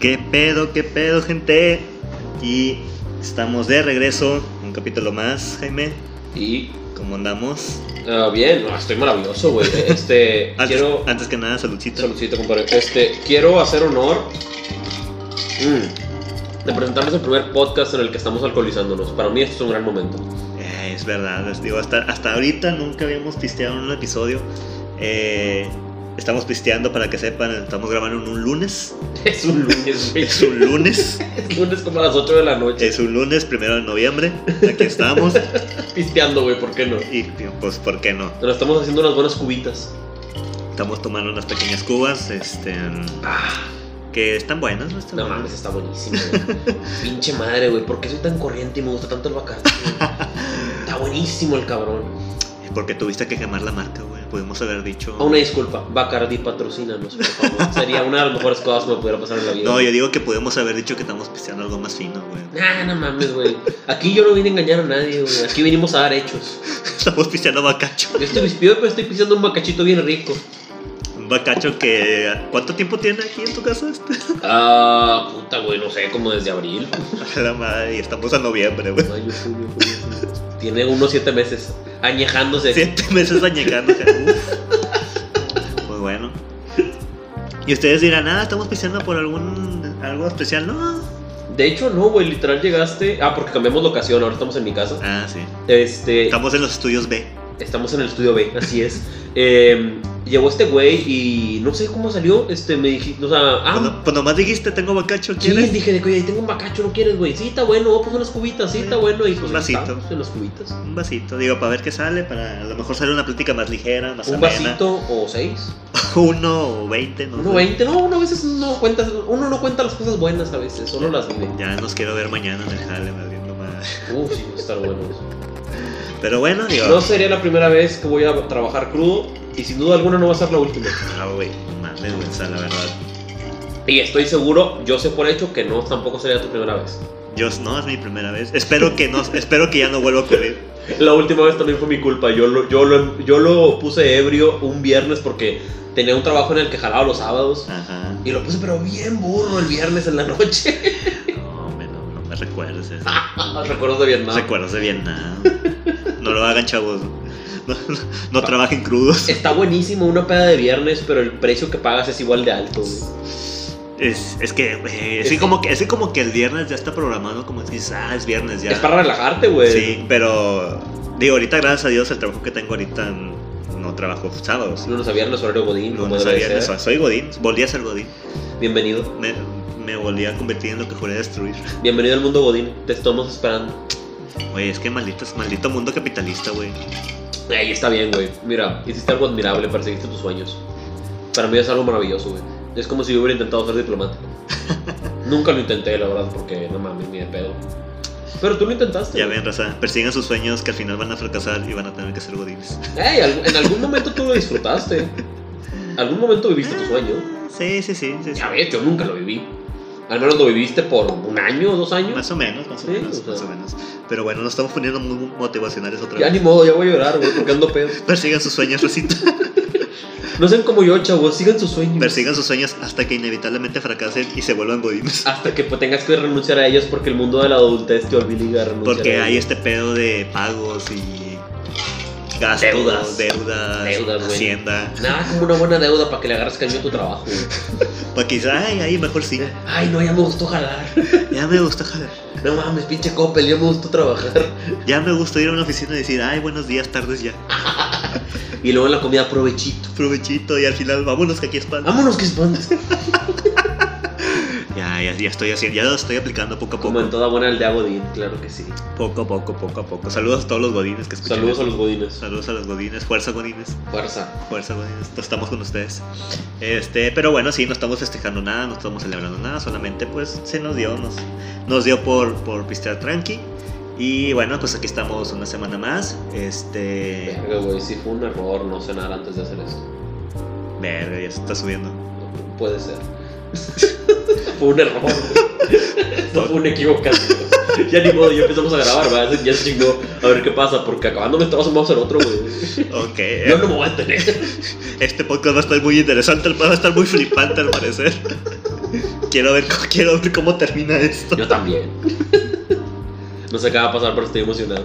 ¿Qué pedo, qué pedo, gente? Y estamos de regreso, un capítulo más, Jaime. Y ¿Cómo andamos? ah, bien, ah, estoy maravilloso, güey. Este, Antes, quiero. antes que nada, saludcita. Saludcito, compadre. Este, quiero hacer honor mm, de presentarles el primer podcast en el que estamos alcoholizándonos. Para mí, esto es un gran momento. Eh, es verdad, es- digo, hasta, hasta ahorita nunca habíamos pisteado en un episodio. Eh, estamos pisteando para que sepan, estamos grabando en un lunes. Es un lunes, güey. Es un lunes, Es lunes como a las 8 de la noche. es un lunes, primero de noviembre. Aquí estamos. Pisteando, güey, ¿por qué no? Y pues, ¿por qué no? Pero estamos haciendo unas buenas cubitas. Estamos tomando unas pequeñas cubas, este, que están buenas, ¿no? Están Ah, No buenas. mames, está buenísimo. güey. Pinche madre, güey. ¿Por qué soy tan corriente y me gusta tanto el Bacardi? güey? Está buenísimo el cabrón. Porque tuviste que quemar la marca, güey. Pudimos haber dicho. Ah, una disculpa. Bacardi, patrocínanos, por favor. Sería una de las mejores cosas que me pudiera pasar en la vida. No, yo digo que pudimos haber dicho que estamos pisteando algo más fino, güey. Nah, no mames, güey. Aquí yo no vine a engañar a nadie, güey. Aquí vinimos a dar hechos. Estamos pisteando bacacho. Yo estoy despido, pero estoy pisando un bacachito bien rico. Un bacacho que. ¿Cuánto tiempo tiene aquí en tu casa este? Ah, puta, güey, no sé, como desde abril. A la madre, y estamos a noviembre, güey. Mayo, junio, julio, julio. Tiene unos siete meses añejándose. Siete meses añegando, Uf. Pues bueno. Y ustedes dirán, ah, estamos pisteando por algún. algo especial, ¿no? De hecho, no, güey, literal llegaste. Ah, porque cambiamos locación, ahora estamos en mi casa. Ah, sí. Este, Estamos en los estudios B. estamos en el estudio B, así es. Eh, llegó este güey y no sé cómo salió. Este, me dijiste, o sea, Pues, ah, no- pues nomás dijiste, tengo bacacho, Sí, ¿quieres? dije de que, oye, tengo un bacacho, ¿no quieres, güey? Sí, está bueno, pues unas cubitas, sí, está bueno. Y pues Un ahí vasito. estamos en las cubitas. Un vasito, digo, para ver qué sale, para a lo mejor sale una plática más ligera, más Un amena. vasito o seis. Uno o veinte, no Uno sé. veinte. No, uno a veces no cuenta, uno no cuenta las cosas buenas a veces, solo las vive. Ya nos quiero ver mañana en el jale, valiendo madre. Uf, sí, va a estar bueno eso. Pero bueno, digo. No sería la primera vez que voy a trabajar crudo y sin duda alguna no va a ser la última. Ah, güey, más vergüenza, la verdad. Y estoy seguro, yo sé por hecho que no, tampoco sería tu primera vez. Yo no, es mi primera vez. Espero que no, espero que ya no vuelva a ocurrir. La última vez también fue mi culpa. Yo lo, yo lo, yo lo puse ebrio un viernes porque tenía un trabajo en el que jalaba los sábados. Ajá. Y lo puse pero bien burro el viernes en la noche. No, hombre, no, no me recuerdes eso. Ah, Recuerdos de Vietnam. Recuerdos de Vietnam. No lo hagan, chavos. No, no- no trabajen crudos. Está buenísimo una peda de viernes, pero el precio que pagas es igual de alto. güey. Es, es que, eh, es que como que, es que como que el viernes ya está programado, como que dices, ah, es viernes ya. Es para relajarte, güey. Sí, pero digo, ahorita gracias a Dios el trabajo que tengo ahorita mm, no trabajo sábados. Lunes a viernes, horario godín, como No debe sabía ser. eso. Soy Godín, volví a ser Godín. Bienvenido. Me, me volví a convertir en lo que juré destruir. Bienvenido al mundo godín. Te estamos esperando. Güey, es que maldito, maldito mundo capitalista, güey. Ahí está bien, güey. Mira, hiciste algo admirable, perseguiste tus sueños. Para mí es algo maravilloso, güey. Es como si yo hubiera intentado ser diplomático. Nunca lo intenté, la verdad, porque no mames, ni de pedo. Pero tú lo intentaste. Ya güey. ven, raza, persigan sus sueños que al final van a fracasar y van a tener que ser Godines. Ey, al- en algún momento tú lo disfrutaste. Algún momento viviste tu sueño. Sí, sí, sí, sí. sí. Ya ves, yo nunca lo viví. Al menos lo viviste por un año o dos años. Más o menos, más o Sí, menos, o sea. más o menos. Pero bueno, nos estamos poniendo muy motivacionales otra Ya vez. ni modo, ya voy a llorar, güey, porque ando pedo. Persigan sus sueños, Rosita. No sean como yo, chavos, sigan sus sueños. Persigan sus sueños hasta que inevitablemente fracasen y se vuelvan godines. Hasta que pues, tengas que renunciar a ellos porque el mundo de la adultez te obliga a renunciar Porque a hay ellos. este pedo de pagos y gastos, Deudas. deudas, Deudas, güey. hacienda. Nada como una buena deuda para que le agarres caño a tu trabajo. güey. Para que dices, ay, ahí mejor sí. Ay, no, ya me gustó jalar. Ya me gusta jalar. No mames, pinche Coppel, ya me gustó trabajar. Ya me gusta ir a una oficina y decir, ay, buenos días, tardes ya. Y luego en la comida, provechito. Provechito y al final, vámonos que aquí es pan. Vámonos que espantas. Ya, ya, ya estoy haciendo, ya lo estoy aplicando poco a Como en poco. toda buena aldea Godín, claro que sí. Poco a poco, poco a poco. Saludos a todos los godines que escuchan. Saludos a esto. los godines. Saludos a los godines, fuerza godines, Fuerza. fuerza godines, estamos con ustedes. Este, pero bueno, sí, no estamos festejando nada, no estamos celebrando nada, solamente pues se nos dio, nos, nos dio por, por pistear tranqui. Y bueno, pues aquí estamos una semana más. Este, Verga, güey, sí fue un error no cenar antes de hacer esto. verga, ya se está subiendo. Puede ser. fue un error. Esto fue una equivocación. ya ni modo, ya empezamos a grabar, ¿verdad? Ya se chingó. A ver qué pasa, porque acabando nuestro vaso vamos a hacer otro, güey. Ok, eh, Yo no me voy a detener. este podcast va a estar muy interesante, va a estar muy flipante al parecer. Quiero ver, cómo- quiero ver cómo termina esto. Yo también. No sé qué va a pasar, pero estoy emocionado.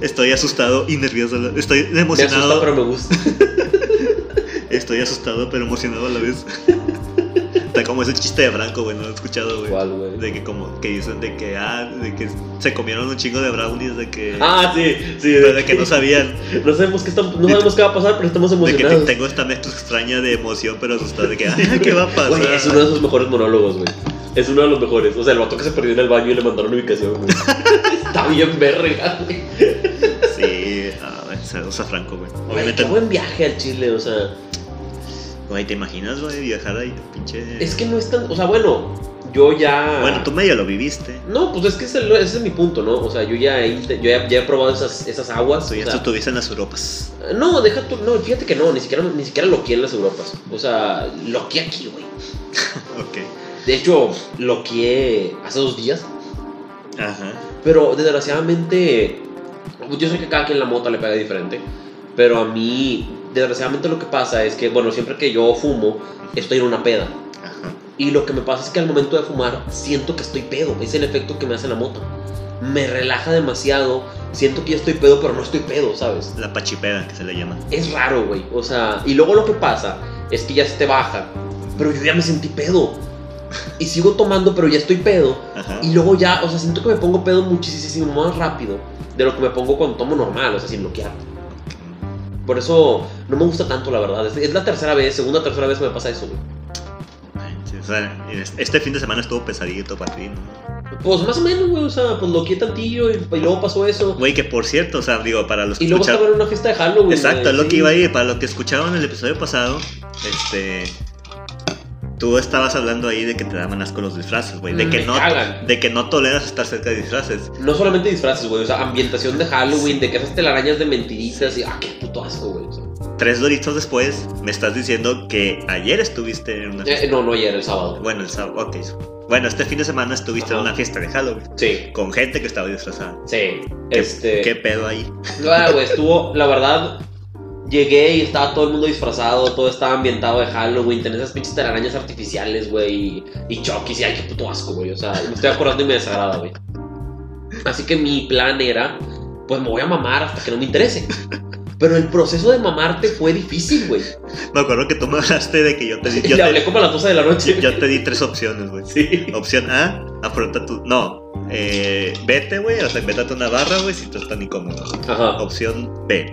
Estoy asustado y nervioso. a la- Estoy Me asusta, emocionado. pero me gusta. Estoy asustado, pero emocionado a la vez. Está como ese chiste de Franco, güey. No lo he escuchado, güey. ¿Cuál, güey? De que como que dicen de que ah, de que se comieron un chingo de brownies, de que Ah, sí, sí. pero de que no sabían, No sabemos qué, está- no sabemos qué va a pasar, pero estamos de que emocionados. tengo esta mezcla extraña de emoción pero asustada de que ah, qué va a pasar. Güey, es uno de sus mejores monólogos, güey. Es uno de los mejores. O sea, el vato que se perdió en el baño y le mandaron ubicación, güey. Está bien verga, güey. Sí, ah, se usa Franco, güey. Güey, Obviamente, Qué buen viaje al Chile, o sea. güey, ¿te imaginas, güey, viajar ahí, pinche? Es que no es tan. O sea, bueno, yo ya. Bueno, tú medio lo viviste. No, pues es que ese, ese es mi punto, ¿no? O sea, yo ya he, inte- yo ya, ya he probado esas, esas aguas. Tú o ya sea, estuviste en las Europas. No, deja tú. No, fíjate que no, ni siquiera, ni siquiera loqué en las Europas. O sea, loqué aquí, güey. Ok. De hecho, loqué hace dos días. Ajá. Pero desgraciadamente, yo sé que cada quien la mota le pega diferente, pero a mí, desgraciadamente lo que pasa es que, bueno, siempre que yo fumo, estoy en una peda. Ajá. Y lo que me pasa es que al momento de fumar, siento que estoy pedo. Es el efecto que me hace la mota. Me relaja demasiado, siento que ya estoy pedo, pero no estoy pedo, ¿sabes? La pachipeda que se le llama. Es raro, güey. O sea, y luego lo que pasa es que ya se te baja, pero yo ya me sentí pedo. Y sigo tomando, pero ya estoy pedo. Ajá. Y luego ya, o sea, siento que me pongo pedo muchísimo más rápido de lo que me pongo cuando tomo normal, o sea, sin bloquear. Por eso no me gusta tanto, la verdad. Es, es la tercera vez, segunda tercera vez que me pasa eso, güey. Manches, O sea, en es- este fin de semana estuvo pesadito para ti, ¿no? Pues más o menos, güey, o sea, pues loqué tantillo y, y luego pasó eso. Güey, que por cierto, o sea, digo, para los que Y luego estaba escucharon. en una fiesta de Halloween. Exacto, güey, es lo sí. que iba a ir. Para los que escucharon el episodio pasado, este. Tú estabas hablando ahí de que te daban asco los disfraces, güey. De, Mm, que me no, cagan. de que no toleras estar cerca de disfraces. No solamente disfraces, güey, o sea, ambientación de Halloween, de que esas telarañas de mentiritas y, ah, qué puto asco, güey. o sea. Tres doritos después, me estás diciendo que ayer estuviste en una fiesta. Eh, no, no ayer, el sábado. Bueno, el sábado, ok. Bueno, este fin de semana estuviste en Ajá. una fiesta de Halloween Sí, con gente que estaba disfrazada. sí. ¿Qué, este... qué pedo ahí? No, güey, estuvo, la verdad, llegué y estaba todo el mundo disfrazado, todo estaba ambientado de Halloween, tenés esas pinches telarañas artificiales, güey, y, y chokis, y ay, qué puto asco, güey, o sea, me estoy acordando y me desagrada, güey. Así que mi plan era, pues me voy a mamar hasta que no me interese. Pero el proceso de mamarte fue difícil, güey. Me acuerdo que tú me hablaste de que yo te di, Y yo le te, hablé como a las 12 de la noche. yo te di tres opciones, güey. Sí. Opción A, afronta tu. No, eh, vete, güey, o sea, inventate una barra, güey, si tú estás incómodo. Ajá. Opción B,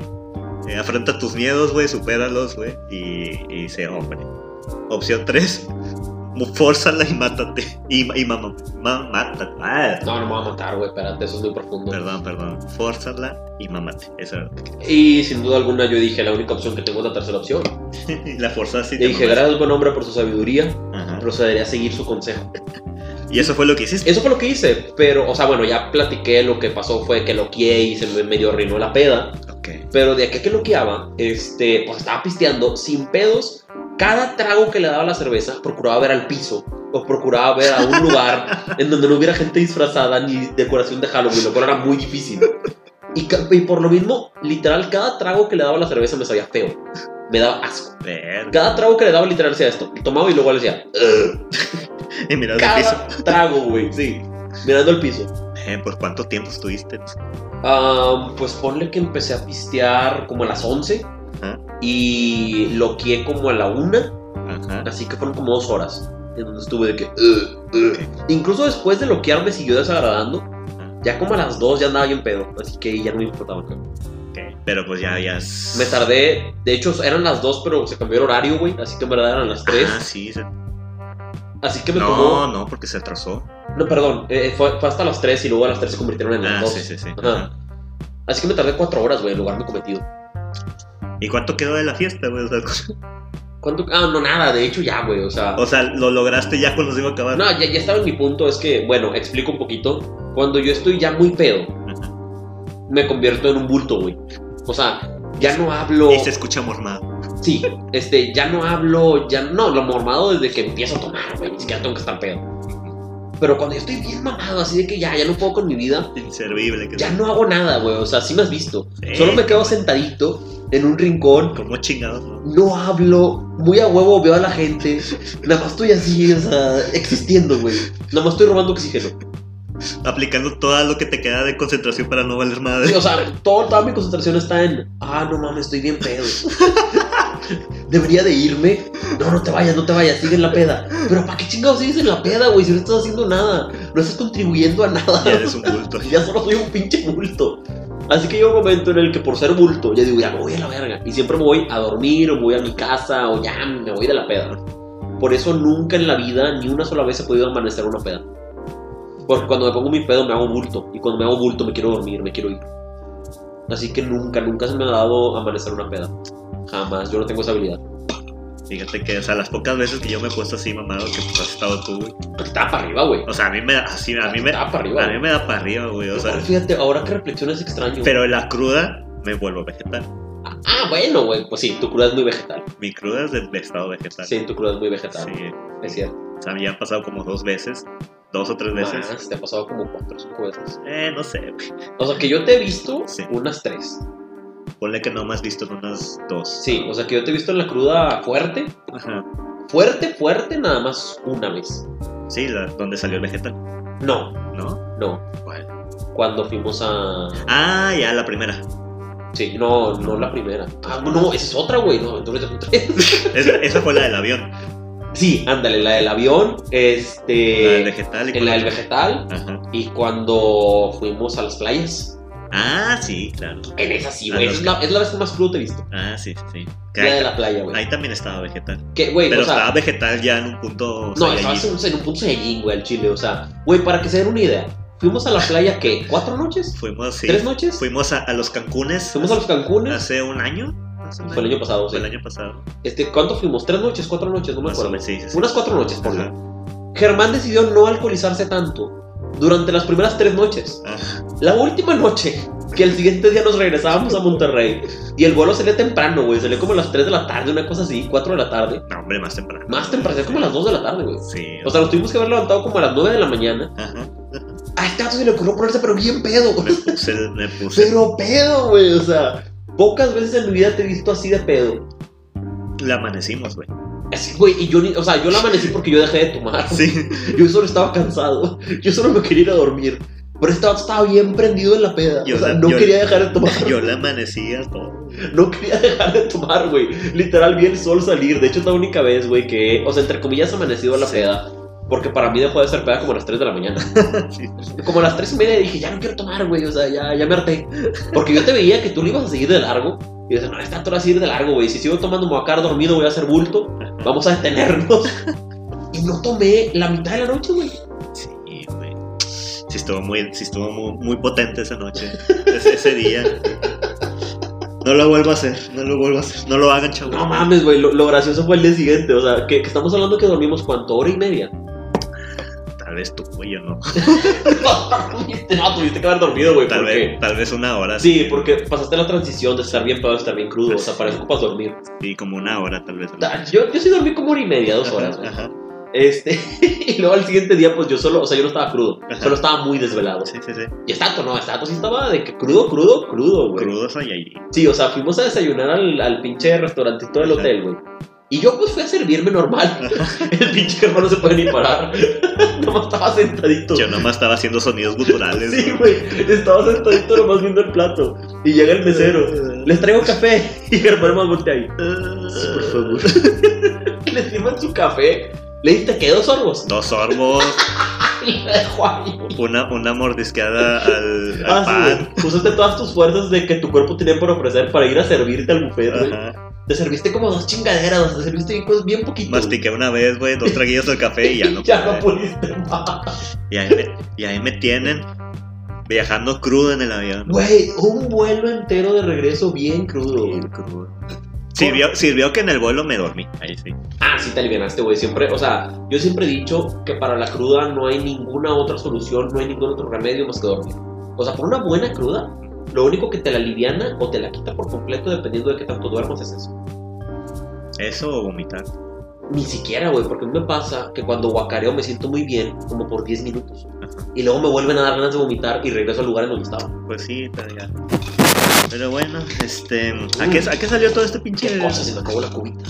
eh, afronta tus miedos, güey, supéralos, güey, y, y sé hombre. Opción 3, fórzala y mátate. Y, y mamá, ma- mátate. Ah, No, no me voy a matar, güey, espérate, eso es muy profundo. Perdón, perdón. Fórzala y mámate. Eso era lo que quería. Y sin duda alguna yo dije, la única opción que tengo es la tercera opción. Y La forzaste y Le te dije, mamaste. gracias buen hombre por su sabiduría, Ajá. procederé a seguir su consejo. Y eso fue lo que hiciste. Eso fue lo que hice, pero, o sea, bueno, ya platiqué, lo que pasó fue que loqueé y se me medio arruinó la peda, Ok. pero de aquí a que loqueaba, este, pues estaba pisteando sin pedos, cada trago que le daba la cerveza procuraba ver al piso o procuraba ver a un lugar en donde no hubiera gente disfrazada ni decoración de Halloween, lo cual era muy difícil. Y, ca- y por lo mismo, literal, cada trago que le daba la cerveza me sabía feo, me daba asco. Verga. Cada trago que le daba literal hacía esto, tomaba y luego le decía, Y mira el cada piso. trago, güey, sí, mirando al piso. Eh, ¿Por cuánto tiempo estuviste? Ah, pues ponle que empecé a pistear como a las 11 Ajá. y loqueé como a la 1, Ajá. así que fueron como dos horas en donde estuve de que... "Ugh, ugh". Incluso después de loquear me siguió desagradando. Ya como a las 2 ya andaba yo en pedo, así que ya no me importaba. cabrón. Ok. Pero pues ya, ya. es- Me tardé, de hecho eran las 2 pero se cambió el horario, güey, así que en verdad eran las 3. Ah, sí. se- Así que me No, tomó... no, porque se atrasó. No, perdón, eh, fue, fue hasta las 3 y luego a las 3 se convirtieron en las Ah, 2. sí, sí, sí. Ajá. Ajá. Así que me tardé 4 horas, güey, en lugar de mi cometido. ¿Y cuánto quedó de la fiesta, güey? O sea, ¿Cuánto? Ah, no, nada, de hecho ya, güey, o sea... o sea, lo lograste ya cuando se iba a acabar. No, ya, ya estaba en mi punto, es que, bueno, explico un poquito. Cuando yo estoy ya muy pedo, me convierto en un bulto, güey. O sea, ya no hablo. Y se escucha mormado. Sí, este, ya no hablo, ya no, lo mormado desde que empiezo a tomar, güey. Ni siquiera tengo que estar pedo. Pero cuando yo estoy bien mamado, así de que ya, ya no puedo con mi vida, Inservible. Que ya no hago nada, güey. O sea, sí me has visto. Sí. Solo me quedo sentadito en un rincón. Como chingados, ¿no? No hablo, muy a huevo veo a la gente. Nada más estoy así, o sea, existiendo, güey. Nada más estoy robando oxígeno. Aplicando todo lo que te queda de concentración para no valer madre. Sí, o sea, todo- toda mi concentración está en. Ah, no mames, estoy bien pedo. Debería de irme. No, no te vayas, no te vayas, sigue en la peda. Pero ¿para qué chingados sigues en la peda, güey? Si no estás haciendo nada, no estás contribuyendo a nada. Ya eres un bulto. Ya solo soy un pinche bulto. Así que llega un momento en el que por ser bulto, ya digo, ya me voy a la verga. Y siempre me voy a dormir, o me voy a mi casa, o ya me voy de la peda. Por eso nunca en la vida, ni una sola vez he podido amanecer una peda. Porque cuando me pongo mi pedo me hago bulto. Y cuando me hago bulto me quiero dormir, me quiero ir. Así que nunca, nunca se me ha dado amanecer una peda. Jamás, yo no tengo esa habilidad. Fíjate que, o sea, las pocas veces que yo me he puesto así, mamado, que pues, has estado tú, güey. Está para arriba, güey. O sea, a mí me da, así, a mí me, Está para arriba. a güey. mí me da para arriba, güey. O sea, Fíjate, ahora que reflexiones extraño. pero en la cruda me vuelvo vegetal. Ah, bueno, güey. Pues sí, tu cruda es muy vegetal. Mi cruda es de, de estado vegetal. Sí, tu cruda es muy vegetal. Sí. Es cierto. O sea, ya han pasado como dos veces, dos o tres veces. Más, te ha pasado como cuatro o cinco veces. Eh, no sé, güey. O sea, que yo te he visto Sí. unas tres. Ponle que no me has visto en unas dos. Sí, o sea, que yo te he visto en la cruda fuerte. Ajá. Fuerte, fuerte, nada más una vez. Sí, la, donde salió el vegetal, No, ¿no? no. ¿Cuál? Cuando fuimos a. Ah, ya, la primera. Sí, no, no la primera. Ah, no, esa es otra, güey. No, entonces son tres. Esa, esa fue la del avión. Sí, ándale, la del avión. la del Este. vegetal y en la del vegetal. Ajá. Y cuando fuimos a las playas. Ah, sí, claro. En esa sí, güey. Ah, Es la, es la vez que más crudo te he visto. Ah, sí, sí. Que La de ahí, la playa, güey. ahí también estaba vegetal. Que, güey, Pero o sea, estaba vegetal ya en un punto. No, Saiyajin. estabas en, en un punto Saiyajin, güey, al chile. O sea, güey, para que se den una idea, fuimos a la playa, ¿qué? ¿Cuatro noches? Fuimos, sí. ¿Tres noches? Fuimos a, a los Cancunes. Fuimos a los Cancunes. Hace un año. Hace un Fue el año pasado, Fue sí. el año pasado. Este, ¿Cuánto fuimos? ¿Tres noches? ¿Cuatro noches? No me Más o acuerdo. menos, sí, sí, sí. Unas cuatro noches, por Ajá. Germán decidió no alcoholizarse tanto durante las primeras tres noches. Ah, La última noche, que el siguiente día nos regresábamos a Monterrey y el vuelo salía temprano, güey. Salía como a las 3 de la tarde, una cosa así, 4 de la tarde. no, hombre, más temprano. Más temprano, salía como a las 2 de la tarde, güey. Sí. O sea, nos tuvimos que haber levantado como a las 9 de la mañana. Ajá. A este vato se le ocurrió ponerse, pero bien pedo, güey. Me puse. Me puse. Pero pedo, güey, o sea, pocas veces en mi vida te he visto así de pedo. La amanecimos, güey. Así, güey, y yo ni, o sea, yo la amanecí porque yo dejé de tomar. Sí. Yo solo estaba cansado, yo solo me quería ir a dormir. Pero este vato estaba bien prendido en la peda, Yo o sea, la- no yo- quería dejar de tomar, Yo la amanecía todo. no quería dejar de tomar, güey. Literal, vi el sol salir, de hecho es la única vez, güey, que, o sea, entre comillas amanecido en la Sí. peda. Porque para mí dejó de ser peda como a las 3 de la mañana. Sí. Como a las 3 y media dije, ya no quiero tomar, güey, o sea, ya, ya me harté. Porque yo te veía que tú le ibas a seguir de largo. Y yo decía, no, esta hora seguir de largo, güey. Si sigo tomando, me voy a quedar dormido, voy a hacer bulto. Vamos a detenernos. Y no tomé la mitad de la noche, güey. Sí, güey. Sí, estuvo muy, sí estuvo muy, muy potente esa noche. Ese, ese día. No lo vuelvo a hacer. No lo vuelvo a hacer. No lo hagan, chavos. No mames, güey. Lo, lo gracioso fue el día siguiente. O sea, que, que estamos hablando que dormimos cuánto, hora y media. Tal vez tú, güey, yo no. no, tuviste- no, tuviste que haber dormido, güey. Tal porque- vez, tal vez una hora. Sí, porque pasaste la transición de estar bien pedo a estar bien crudo. O sea, para eso ocupas dormir. Sí, como una hora, tal vez. Ta- Yo, yo sí dormí como hora y media, Ah, dos horas, güey. Ajá, Este, y luego al siguiente día, pues yo solo, o sea, yo no estaba crudo, Ajá. solo estaba muy desvelado. Sí, sí, sí. Y Estato, no, Estato sí estaba de que crudo, crudo, crudo, güey. Crudos hay allí. Sí, o sea, fuimos a desayunar al, al pinche restaurantito del Ajá. hotel, güey. Y yo pues fui a servirme normal. El pinche hermano se puede ni parar. nomás estaba sentadito. Yo nomás estaba haciendo sonidos guturales. Sí, güey. Estaba sentadito nomás viendo el plato. Y llega el mesero. Les traigo café. Y Germán más voltea ahí. Sí, por favor. Le sirven su café. Le diste que dos sorbos. Dos sorbos, Y la dejó ahí. una, una mordisqueada al, al Ah, pan. sí, güey. usaste todas tus fuerzas de que tu cuerpo tenía por ofrecer para ir a servirte al buffet, güey. Ajá. Te serviste como dos chingaderas, o sea, te serviste bien, cosas bien poquito. Mastiqué una vez, güey, dos traguillos del café y ya no ya pude. no pudiste más. Y ahí, me, y ahí me tienen viajando crudo en el avión. Güey, un vuelo entero de regreso bien crudo. güey. Bien crudo. Sirvió, sirvió que en el vuelo me dormí. Ahí sí. Ah, sí te alivianaste, güey. Siempre, o sea, yo siempre he dicho que para la cruda no hay ninguna otra solución, no hay ningún otro remedio más que dormir. O sea, por una buena cruda, lo único que te la aliviana o te la quita por completo dependiendo de qué tanto duermas es eso. Eso o vomitar. Ni siquiera, güey, porque a mí me pasa que cuando guacareo me siento muy bien, como por 10 minutos. Ajá. Y luego me vuelven a dar ganas de vomitar y regreso al lugar en donde estaba. Pues sí, todavía. Pero bueno, este. ¿A qué, a qué salió todo este pinche.? ¿Qué cosa? Se me acabó la cubita.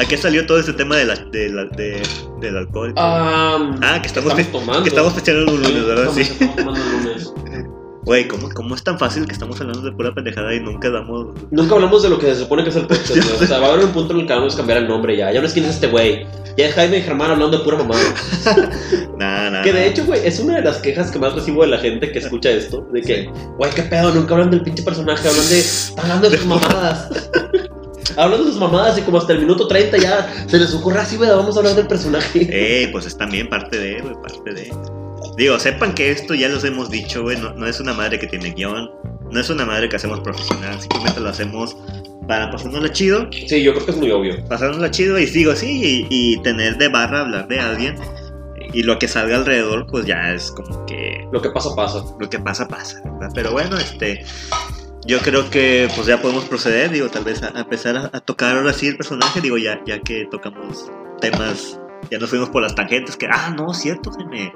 ¿A qué salió todo este tema de la, de la- de- del alcohol? Ah, Ah, que estamos, fe- tomando. que estamos fechando los lunes, ¿verdad? Estamos- Sí. estamos tomando el lunes. Güey, ¿cómo, ¿cómo es tan fácil que estamos hablando de pura pendejada y nunca damos. Nunca hablamos de lo que se supone que es el podcast, güey. O sea, va a haber un punto en el que vamos a cambiar el nombre ya. Ya no es quién es este güey. Ya es Jaime y Germán hablando de pura mamada. Nah, nah. Que de nah. hecho, güey, es una de las quejas que más recibo de la gente que escucha esto. De que, güey, qué pedo, nunca hablan del pinche personaje, hablan de. están hablando de sus mamadas. hablan de sus mamadas y como hasta el minuto 30 ya se les ocurre así, güey, vamos a hablar del personaje. Eh, pues es también parte de, güey, parte de. Digo, sepan que esto ya los hemos dicho, güey, no, no es una madre que tiene guión, no es una madre que hacemos profesional, simplemente lo hacemos para pasárnosla chido, Sí, yo creo que es muy obvio. pasárnosla chido y digo, sí, y, y tener de barra hablar de alguien y lo que salga alrededor, pues ya es como que Lo que pasa, pasa. lo que pasa, pasa, ¿verdad? Pero bueno, este, yo creo que pues ya podemos proceder, digo, tal vez a, a empezar a, a tocar ahora sí el personaje, digo, ya, ya que tocamos temas, ya nos fuimos por las tangentes, que, ah, no, cierto, se me...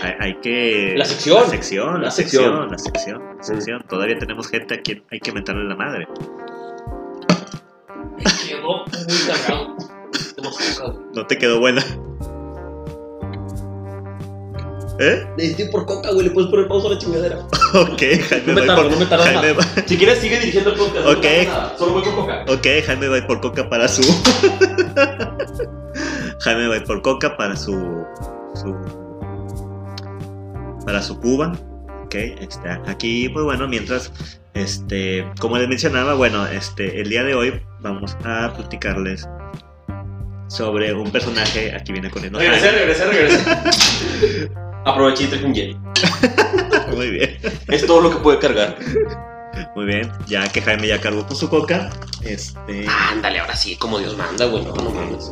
Hay, hay que... La sección. La sección, la, La sección, sección. la sección, la Sí. sección. Todavía tenemos gente a quien hay que mentarle la madre. Me quedó muy cargado. Demasiado cargado. No te quedó buena. ¿Eh? Necesito por coca, güey, le puedes poner pausa a la chingadera. Ok, Jaime va No me a ir tardo, por- no me tardo Jaime va- Si quieres, sigue dirigiendo el Ok. podcast. No pasa nada, Solo voy con coca. Ok, Jaime va a ir por coca para su. Jaime va a ir por coca para su. su- para su Cuba. Ok, está. Aquí, pues bueno, mientras. Este, como les mencionaba, bueno, este, el día de hoy vamos a platicarles sobre un personaje. Aquí viene corriendo. Regresé, regresé, regresé. Aproveché y traje un hielo. Jaime. Muy bien, Es todo lo que puede cargar. muy bien. Ya que Jaime ya cargó con su coca, este, Ándale, ahora sí, como Dios manda, güey. No, no mames.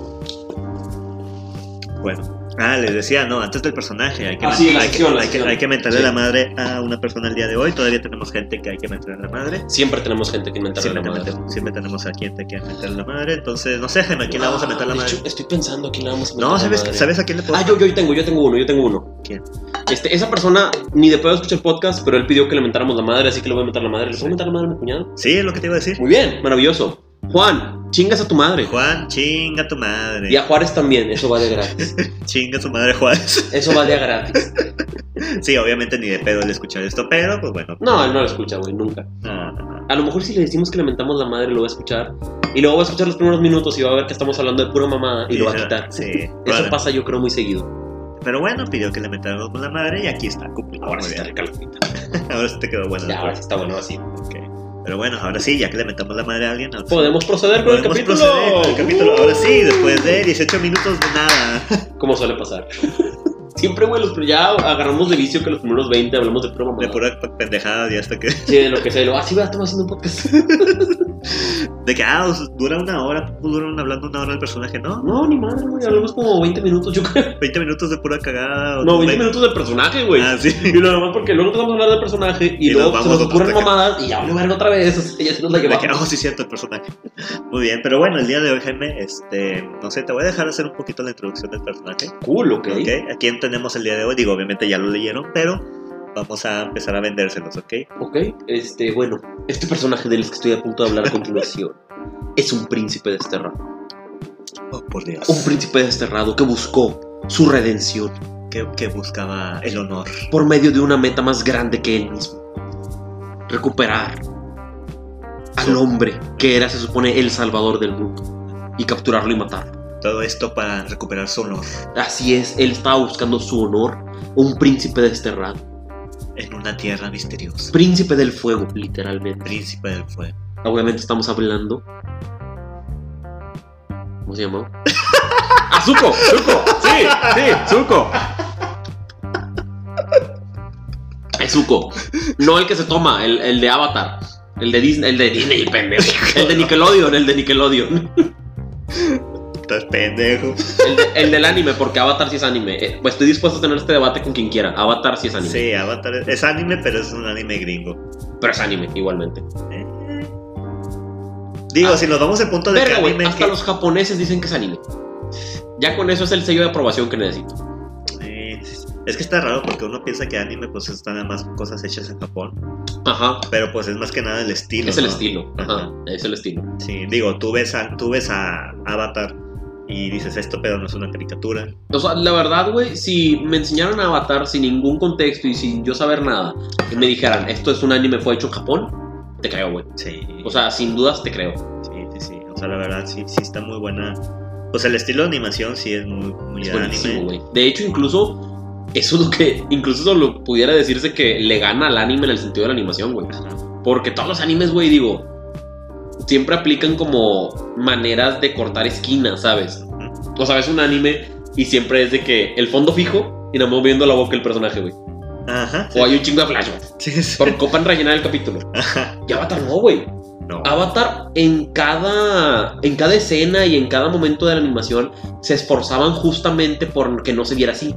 bueno. Ah, les decía, no, antes del personaje, hay que, Ah, sí, la hay que- sección, la hay que, sección. hay que mentarle Sí. la madre a una persona el día de hoy. Todavía tenemos gente que hay que mentarle la madre. Siempre tenemos gente que inventar Siempre, la madre. tenemos- siempre tenemos a quien te quiera mentar la madre. Entonces, no sé, Jaime, ¿a quién le vamos a mentar la Ah, de madre? hecho, estoy pensando a quién le vamos a mentar No, la ¿sabes, madre. ¿sabes a quién le puedo? Ah, yo, yo tengo, yo tengo uno, yo tengo uno. ¿Quién? Este, esa persona ni de pedo escucha el podcast, pero él pidió que le mentáramos la madre, así que le voy a mentar la madre. ¿Le puedo mentar la madre a mi cuñado? Sí, es lo que te iba a decir. Muy bien, maravilloso. Juan, chingas a tu madre. Juan, chinga tu madre. Y a Juárez también, eso va de gratis. Chinga tu madre, Juan. Eso va de a gratis. sí, obviamente ni de pedo el escuchar esto, pero pues bueno. Ah, No, él no lo escucha, güey, nunca. No, no, no. A lo mejor si le decimos que lamentamos la madre, lo va a escuchar. Y luego va a escuchar los primeros minutos y va a ver que estamos hablando de pura mamada y lo va a Sí, quitar. Sí, Eso probable. pasa, yo creo, muy seguido. Pero bueno, pidió que le mentáramos la madre y aquí está. cumplido. Ahora Ah, Muy sí está bien. pues. rica la cuita. ahora sí te quedó bueno. Ya, ahora sí está bueno así. Pero bueno, ahora sí, ya que le mentamos la madre a alguien, ahora sí. Podemos proceder con Podemos el capítulo. proceder con el capítulo. Ahora sí, después de 18 minutos de nada. Como suele pasar. Siempre, güey, los, ya agarramos de vicio que los primeros 20 hablamos de pura De mamada. pura pendejada y hasta que. Sí, de lo que sea. y luego, Ah, sí, ¿verdad? Estamos haciendo un podcast. De que, ah, pues, dura una hora, ¿cómo duran hablando una hora el personaje? No, No, ni madre, güey. Hablamos como 20 minutos, yo creo. 20 minutos de pura cagada. o No, 20 veinte- minutos del personaje, güey. Ah, sí. Y lo demás porque luego empezamos a hablar del personaje y, Y luego nos se vamos nos a ocurren otra cosa. mamadas y ya vale verga otra vez. o sea, ya se nos la De llevamos. que, oh, sí, cierto, el personaje. Muy bien, pero bueno, el día de hoy, Jaime, este, no sé, te voy a dejar hacer un poquito la introducción del personaje. Cool, ok. ¿Ok? ¿A quién tenemos el día de hoy? Digo, obviamente ya lo leyeron, pero vamos a empezar a vendérselos, ¿ok? Ok, este, bueno, este personaje del que estoy a punto de hablar a continuación es un príncipe desterrado. Oh, por Dios. Un príncipe desterrado que buscó su redención Que, que buscaba el honor. por medio de una meta más grande que él mismo. Recuperar al hombre que era, se supone, el salvador del mundo y capturarlo y matarlo. Todo esto para recuperar su honor Así es, él estaba buscando su honor, un príncipe desterrado, en una tierra misteriosa. príncipe del fuego, literalmente. Príncipe del fuego. Ah, Obviamente estamos hablando. ¿Cómo se llamaba? ¡Ah, Zuko! ¡Zuko! ¡Sí! ¡Sí! ¡Zuko! Es Zuko. No el que se toma, el, el de Avatar. El de Disney, el de Disney, pendejo. El de Nickelodeon, el de Nickelodeon. Estás pendejo. El, de- el del anime, porque Avatar sí es anime. Eh, Pues estoy dispuesto a tener este debate con quien quiera. Avatar sí es anime. Sí, Avatar es- es anime, pero es un anime gringo. Pero es anime, igualmente. Eh. Digo, Ah. si nos vamos en punto de que Verga, güey. anime Hasta que- los japoneses dicen que es anime. Ya con eso es el sello de aprobación que necesito. Eh, sí, sí. Es que está raro porque uno piensa que anime pues están nada más cosas hechas en Japón, Ajá. pero pues es más que nada el estilo. Es el ¿no? estilo. Ajá. Ajá. Es el estilo. Sí, digo, tú ves a, tú ves a Avatar y dices esto, pero no es una caricatura. O sea, la verdad, güey, si me enseñaran a Avatar sin ningún contexto y sin yo saber nada, y me dijeran, esto es un anime, fue hecho en Japón, te creo, güey. Sí. O sea, sin dudas te creo. sí, sí, sí. O sea, la verdad sí, sí está muy buena. O sea, el estilo de animación sí es muy, muy Es de buenísimo, anime. güey. De hecho, incluso, eso es lo que, incluso eso lo pudiera decirse que le gana al anime en el sentido de la animación, güey. Ajá. Porque todos los animes, güey, digo, siempre aplican como maneras de cortar esquinas, ¿sabes? Ujú. O sea, ves un anime y siempre es de que el fondo fijo y nada más viendo la boca el personaje, güey. Ajá. O hay un chingo de flashbacks. Sí, sí. Por copan rellenar el capítulo. Ajá. Y Avatar no, güey. No. Avatar en cada, en cada escena y en cada momento de la animación se esforzaban justamente por que no se viera así.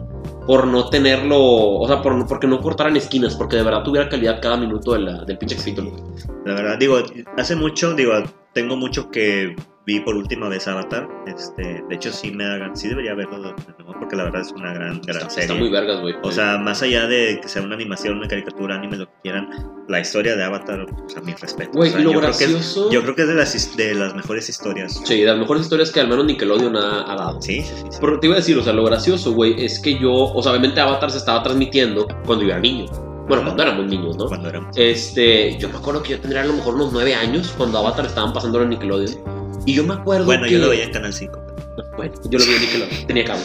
Por no tenerlo, o sea, por, porque no cortaran esquinas, porque de verdad tuviera calidad cada minuto de la- del pinche capítulo. La verdad, digo, hace mucho, digo, tengo mucho que vi por última vez Avatar. Este, de hecho, sí me hagan, sí debería verlo de nuevo, porque la verdad es una gran, gran Está, serie. está muy vergas, güey. o sea, más allá de que sea una animación, una caricatura, anime, lo que quieran, la historia de Avatar, o sea, mi respeto. Güey, O sea, lo yo creo que es- gracioso. yo creo que es de las, his- de las mejores historias. Sí, de las mejores historias que al menos Nickelodeon ha, ha dado. Sí, sí, sí. sí. Pero te iba a decir, o sea, lo gracioso, güey, es que yo, o sea, obviamente Avatar se estaba transmitiendo cuando yo era niño. Bueno, cuando éramos niños, ¿no? Cuando éramos. Este, yo me acuerdo que yo tendría a lo mejor unos nueve años cuando Avatar estaban pasando en Nickelodeon. Y yo me acuerdo Bueno, que... yo lo veía en Canal 5. Bueno, yo lo vi en Nickelodeon. Tenía cable.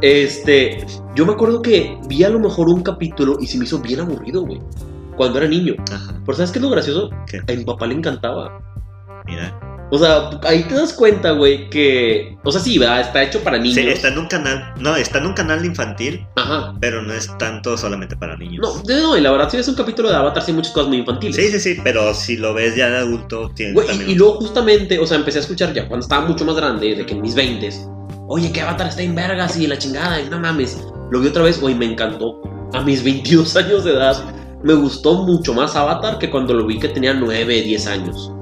Este, yo me acuerdo que vi a lo mejor un capítulo y se me hizo bien aburrido, güey. Cuando era niño. Ajá, Pero ¿sabes qué es lo gracioso? ¿Qué? A mi papá le encantaba. mira. O sea, ahí te das cuenta, güey, que... O sea, sí, ¿verdad? Está hecho para niños. Sí, está en un canal, no, está en un canal infantil, Ajá. pero no es tanto solamente para niños. No, de- no, y la verdad, si ves un capítulo de Avatar, sí hay muchas cosas muy infantiles. Sí, sí, sí, pero si lo ves ya de adulto, tiene Güey, también. y, y un- luego justamente, o sea, empecé a escuchar ya cuando estaba mucho más grande, de que en mis 20 oye, que Avatar está en vergas y la chingada, y no mames. Lo vi otra vez, güey, me encantó. A mis 22 años de edad, me gustó mucho más Avatar que cuando lo vi que tenía 9, 10 años.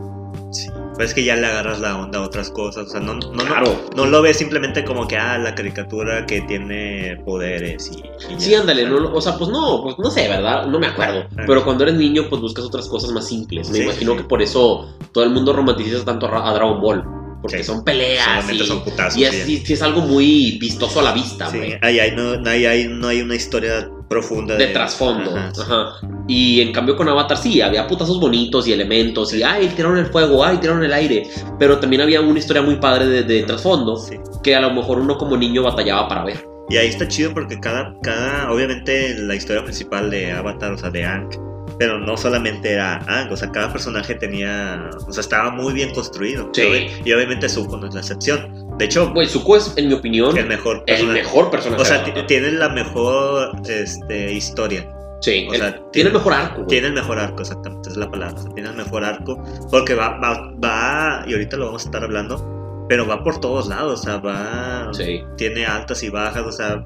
Sí. Pues es que ya le agarras la onda a otras cosas. O sea, no, no, no- Claro. no lo ves simplemente como que, ah, la caricatura que tiene poderes y. y ya. Sí, ándale, no, lo- o sea, pues no, pues no sé, ¿verdad? No me acuerdo. Ajá. Pero cuando eres niño, pues buscas otras cosas más simples. Me Sí, imagino sí. que por eso todo el mundo romanticiza tanto a, Ra- a Dragon Ball. Porque Sí. son peleas Solamente y, son putazos. y es, sí. y- y es algo muy vistoso a la vista, Sí, güey. ahí, ahí no, ahí- ahí no hay una historia profunda. de trasfondo. Ajá, sí. Ajá. Y en cambio con Avatar sí, había putazos bonitos y elementos y Sí. ay, tiraron el fuego, ay, tiraron el aire, pero también había una historia muy padre de, de trasfondo Sí. que a lo mejor uno como niño batallaba para ver. Y ahí está chido porque cada, cada, obviamente la historia principal de Avatar, o sea, de Aang, pero no solamente era Aang, o sea, cada personaje tenía, o sea, estaba muy bien construido. Sí. Y obvi- Y obviamente Zuko no es la excepción. De hecho, Güey, Zuko es en mi opinión el el, mejor personaje. mejor personaje. O sea, de ti- Avatar. tiene la mejor este, historia. sí, o el- sea, tiene, tiene- el mejor arco. güey. Tiene el mejor arco, exactamente, es la palabra. o sea, tiene el mejor arco. Porque va, va, va, y ahorita lo vamos a estar hablando, pero va por todos lados. O sea, va. Sí. Tiene altas y bajas. O sea,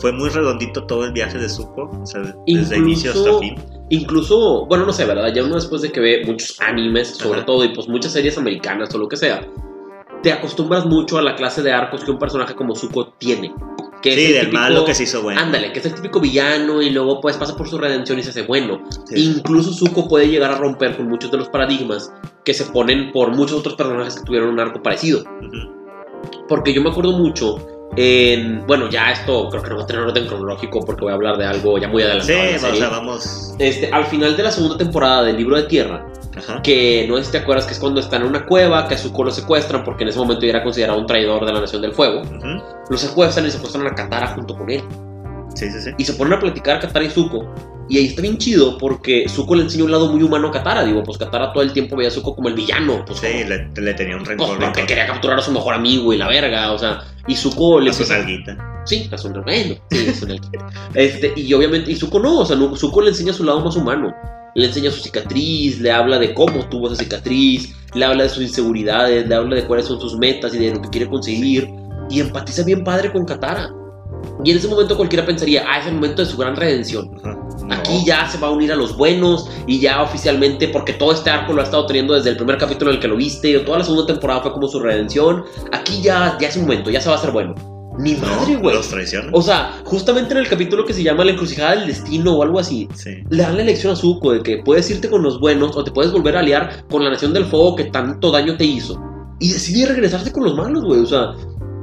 fue muy redondito todo el viaje de Zuko. O sea, Incluso- desde inicio hasta fin. Incluso, bueno, no sé, ¿verdad? Ya uno después de que ve muchos animes, sobre Ajá. todo, y pues muchas series americanas o lo que sea, te acostumbras mucho a la clase de arcos que un personaje como Zuko tiene. Que Sí, el del típico- malo que se hizo bueno. Ándale, que es el típico villano y luego pues pasa por su redención y se hace bueno. Sí. Incluso Zuko puede llegar a romper con muchos de los paradigmas que se ponen por muchos otros personajes que tuvieron un arco parecido. Ujú. Porque yo me acuerdo mucho en... Bueno, ya esto creo que no va a tener orden cronológico porque voy a hablar de algo ya muy Sí, adelantado. Ah, en la o serie. sea, vamos. Este, al final de la segunda temporada del Libro de Tierra, Ajá. que no sé si te acuerdas que es cuando están en una cueva, que a Zuko lo secuestran porque en ese momento ya era considerado un traidor de la Nación del Fuego. Ujú. Lo secuestran y secuestran a Katara junto con él. Sí, sí, sí. y se ponen a platicar Katara y Zuko. Y ahí está bien chido porque Zuko le enseña un lado muy humano a Katara. Digo, pues Katara todo el tiempo veía a Zuko como el villano. Pues, Sí, como- le, le tenía un pues, rencor. bien porque con- quería capturar a su mejor amigo y la verga, o sea. Y Zuko le a su empieza- nalguita. Sí, a su bueno, sí, a su nalga. este, Y obviamente, y Zuko no, o sea, no- Zuko le enseña su lado más humano. Le enseña su cicatriz, le habla de cómo tuvo esa cicatriz, le habla de sus inseguridades, le habla de cuáles son sus metas y de lo que quiere conseguir. Y empatiza bien padre con Katara. Y en ese momento cualquiera pensaría, ah, es el momento de su gran redención. Ajá. No. Aquí ya se va a unir a los buenos y ya oficialmente, porque todo este arco lo ha estado teniendo desde el primer capítulo en el que lo viste, o toda la segunda temporada fue como su redención. Aquí ya, ya es un momento, ya se va a hacer bueno. Ni madre, No, güey. Oh. los traiciona. O sea, justamente en el capítulo que se llama La encrucijada del destino o algo así, Sí. le dan la elección a Zuko de que puedes irte con los buenos o te puedes volver a aliar con la Nación del Fuego que tanto daño te hizo. Y decide regresarse con los malos, güey. O sea,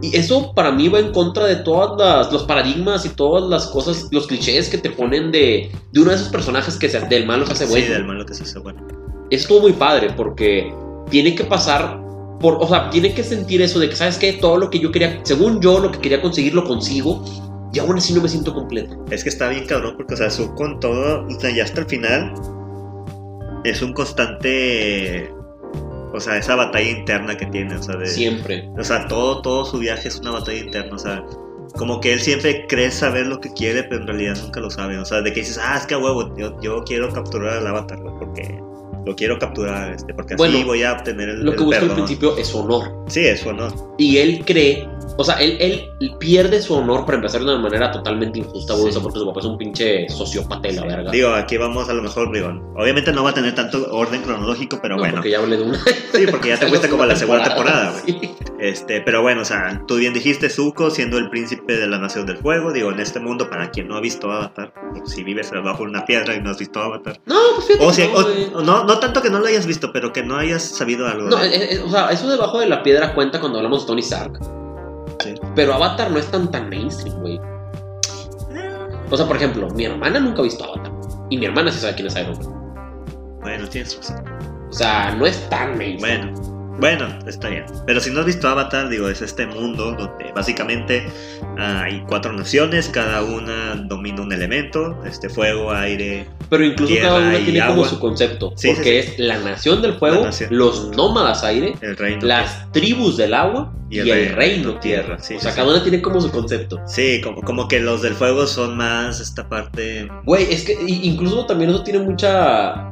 y eso para mí va en contra de todas las los paradigmas y todas las cosas, los clichés que te ponen de, de uno de esos personajes que se- del malo se hace Sí, bueno. del malo que se hace bueno. Eso estuvo muy padre porque tiene que pasar por, o sea, tiene que sentir eso de que, ¿sabes qué? Todo lo que yo quería, según yo, lo que quería conseguir lo consigo y aún así no me siento completo. Es que está bien cabrón porque, o sea, su con todo, o sea, ya hasta el final, es un constante, o sea, esa batalla interna que tiene, o sea, de, Siempre. o sea, todo, todo su viaje es una batalla interna, o sea, como que él siempre cree saber lo que quiere, pero en realidad nunca lo sabe, o sea, de que dices, ah, es que a huevo, yo, yo quiero capturar al avatar, güey, porque lo quiero capturar, este, porque así Bueno, voy a obtener el, Lo que el busca al perdón. principio es honor. Sí, eso, ¿no? Y él cree, o sea, él, él pierde su honor para empezar de una manera totalmente injusta, güey. Sí. O sea, porque su papá es un pinche sociópata de la verga. Digo, aquí vamos a lo mejor, digo, obviamente no va a tener tanto orden cronológico, pero No, bueno. Porque ya hablé de una. Sí, porque ya te fuiste como a la segunda temporada, güey. Sí. Este, pero bueno, o sea, tú bien dijiste, Zuko siendo el príncipe de la Nación del Fuego, digo, en este mundo, para quien no ha visto Avatar, o si vives debajo de una piedra y no has visto Avatar, No, pues fíjate. o que sea, no, güey. o- o no, no tanto que no lo hayas visto, pero que no hayas sabido algo. No, eh. de- es- es- o sea, eso debajo de la piedra cuenta cuando hablamos de Tony Stark. Sí. Pero Avatar no es tan tan mainstream, güey. O sea, por ejemplo, mi hermana nunca ha visto Avatar. Y mi hermana sí sabe quién es Iron Man. Bueno, tienes razón. O sea, no es tan mainstream. Bueno, bueno, está bien. Pero si no has visto Avatar, digo, es este mundo donde básicamente hay cuatro naciones, cada una domina un elemento, este fuego, aire, Pero incluso Tierra cada uno y tiene como agua. su concepto. Sí, sí, porque es la nación del fuego, La nación. los nómadas aire, el reino. las tribus del agua y el, reino, tierra. Sí, o sí, sea, sí. cada una tiene como su concepto. Sí, como, como que los del fuego son más esta parte Güey, es que i- incluso también eso tiene mucha.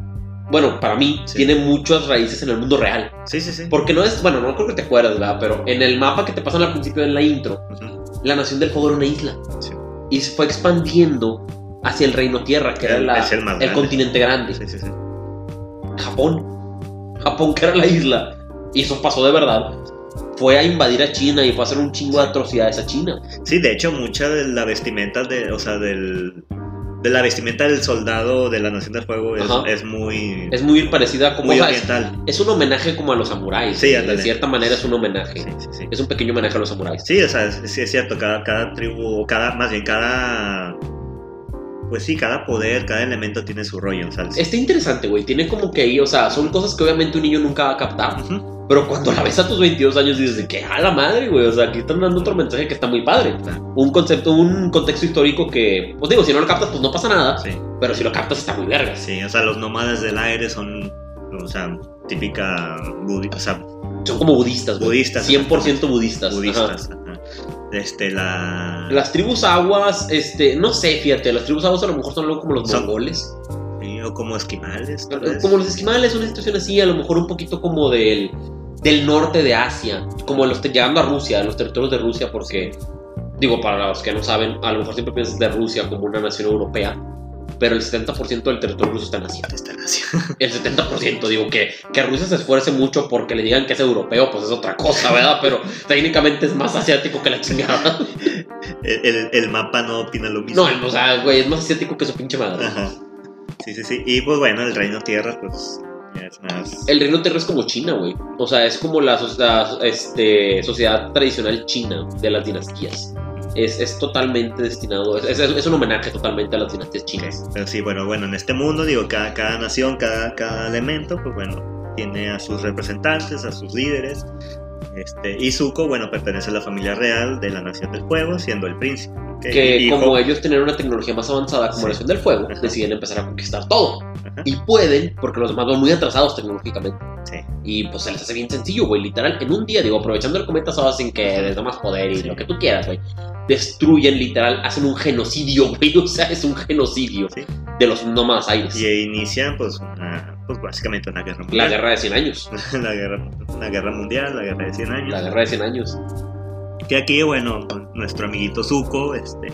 Bueno, para mí, Sí. tiene muchas raíces en el mundo real. Sí, sí, sí. Porque no es. Bueno, no creo que te acuerdas, ¿verdad? Pero en el mapa que te pasan al principio en la intro, Ujú. la Nación del Fuego era una isla. Sí. Y se fue expandiendo hacia el reino tierra, que era El- la- es el más grande. continente grande. Sí, sí, sí. Japón. Japón, que era la isla. Y eso pasó de verdad. Fue a invadir a China y fue a hacer un chingo de atrocidades a China. Sí, de hecho, mucha de la vestimenta de, o sea, del de la vestimenta del soldado de la Nación del Fuego es, Ajá. es muy Es muy parecida como. muy o sea, es- oriental. es un homenaje como a los samuráis. Sí, ¿no? de ándale. cierta manera es un homenaje. Sí, sí, sí. Es un pequeño homenaje a los samuráis. Sí, o sea, es- sí es cierto, cada, cada tribu, o cada, más bien cada pues sí, cada poder, cada elemento tiene su rollo, o sea, sí. Está interesante, güey. Tiene como que ahí, o sea, son cosas que obviamente un niño nunca va a captar. Ujú. Pero cuando la ves a tus 22 años dices, de que a la madre, güey. O sea, aquí están dando otro mensaje que está muy padre. Un concepto, un contexto histórico que, pues digo, si no lo captas, pues no pasa nada. Sí, Pero si lo captas, está muy vergas. sí, o sea, los nómadas del aire son, o sea, típica budi- o sea, Son como budistas, güey. Budistas, 100% budistas. ajá. budistas. ajá. Este, la... Las tribus aguas, este, no sé, fíjate, las tribus aguas a lo mejor son algo como los Son- mongoles. Sí, o como esquimales, tal vez. Como los esquimales, una situación así, a lo mejor un poquito como del, del norte de Asia, como los te- llegando a Rusia, a los territorios de Rusia, porque, digo, para los que no saben, a lo mejor siempre piensas de Rusia como una nación europea, pero el 70% del territorio ruso está en Asia. Está en Asia. El 70%, digo, que, que Rusia se esfuerce mucho porque le digan que es europeo, pues es otra cosa, ¿verdad? Pero técnicamente es más asiático que la chingada. El, el- el mapa no opina lo mismo. No, o sea, güey, es más asiático que su pinche madre. Ajá. Sí, sí, sí. Y pues bueno, el reino tierra, pues ya es más. El Reino Terra es como China, güey. O sea, es como la, so- la, este, sociedad tradicional china de las dinastías. Es, es totalmente destinado, es, es- es un homenaje totalmente a las dinastías chinas. Pero sí, bueno, bueno, en este mundo, digo, cada, cada nación, cada, cada elemento, pues bueno, tiene a sus representantes, a sus líderes. Este, y Zuko, bueno, pertenece a la familia real de la Nación del Fuego, siendo el príncipe. Que, Que hijo- como ellos tenían una tecnología más avanzada Eh, como Sí. la Nación del Fuego, Ajá. deciden empezar a conquistar todo. Ajá. Y pueden, porque los demás van muy atrasados tecnológicamente. Sí. Y pues se les hace bien sencillo, güey. Literal, en un día, digo, aprovechando el cometa Saba sin que les da más poder y Sí. lo que tú quieras, güey. Destruyen, literal, hacen un genocidio, güey. O sea, es un genocidio Sí. de los nómadas aires. Y inician, pues, una, pues básicamente una guerra La mundial. guerra de 100 años. la guerra, una guerra mundial, la guerra de 100 años. La guerra de 100 años. Que aquí, bueno, con nuestro amiguito Zuko, este,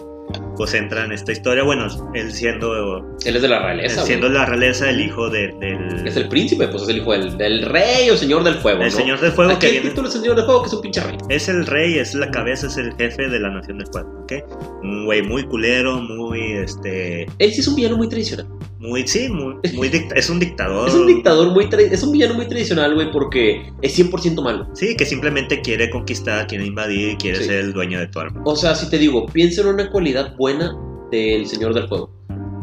pues entra en esta historia. Bueno, él siendo, Él es de la él realeza, siendo güey. la realeza, el hijo de- del Es el príncipe, pues es el hijo del, del rey o señor del fuego, del ¿no? señor del fuego Aquí que el viene. título es el señor del fuego, que es un pinche rey. Es el rey, es la cabeza, es el jefe de la nación del fuego, ¿ok? Un güey muy culero, muy, este, Él sí es un villano muy tradicional. muy, sí, muy, muy dict- es un dictador. Es un dictador muy tra- es un villano muy tradicional, güey, porque es 100% malo. Sí, que simplemente quiere conquistar, quiere invadir, quiere Sí. ser el dueño de tu arma. O sea, si te digo, piensa en una cualidad buena del Señor del Fuego.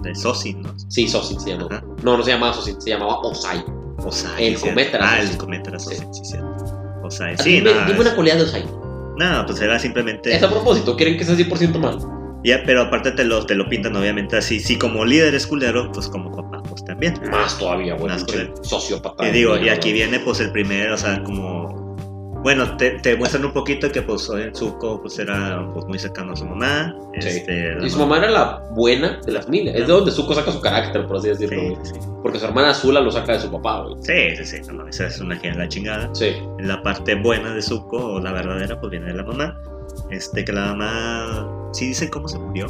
De Sosin, ¿no? Sí, Sosin se llamaba. Ajá. No, no se llamaba Sosin, se llamaba Osai. Osai. El ¿cierto? cometa era Ah, el Sosin. cometa era Sosin, sí, cierto. Osai, Así, sí, dime, nada. dime una cualidad de Osai. Nada, pues era simplemente. Es a propósito, quieren que sea 100% malo. Ya, pero aparte te lo, te lo pintan, obviamente, así. Si como líder es culero, pues como papá, pues también. Más todavía, güey. Más pinche culero. Sociópata. Te digo, y Mira, aquí güey. viene pues el primer, o sea, como... Bueno, te, te muestran un poquito que pues en Zuko pues era pues, muy cercano a su mamá. Sí. Este, la Y su mamá era la buena de la familia. Es de donde Zuko saca su carácter, por así decirlo, Sí, güey. sí, Porque su hermana Azula lo saca de su papá, güey. sí, sí, sí, no mames, esa es una genia de la chingada. Sí. La parte buena de Zuko, o la verdadera, pues viene de la mamá. Este, que la mamá... Sí dice cómo se murió.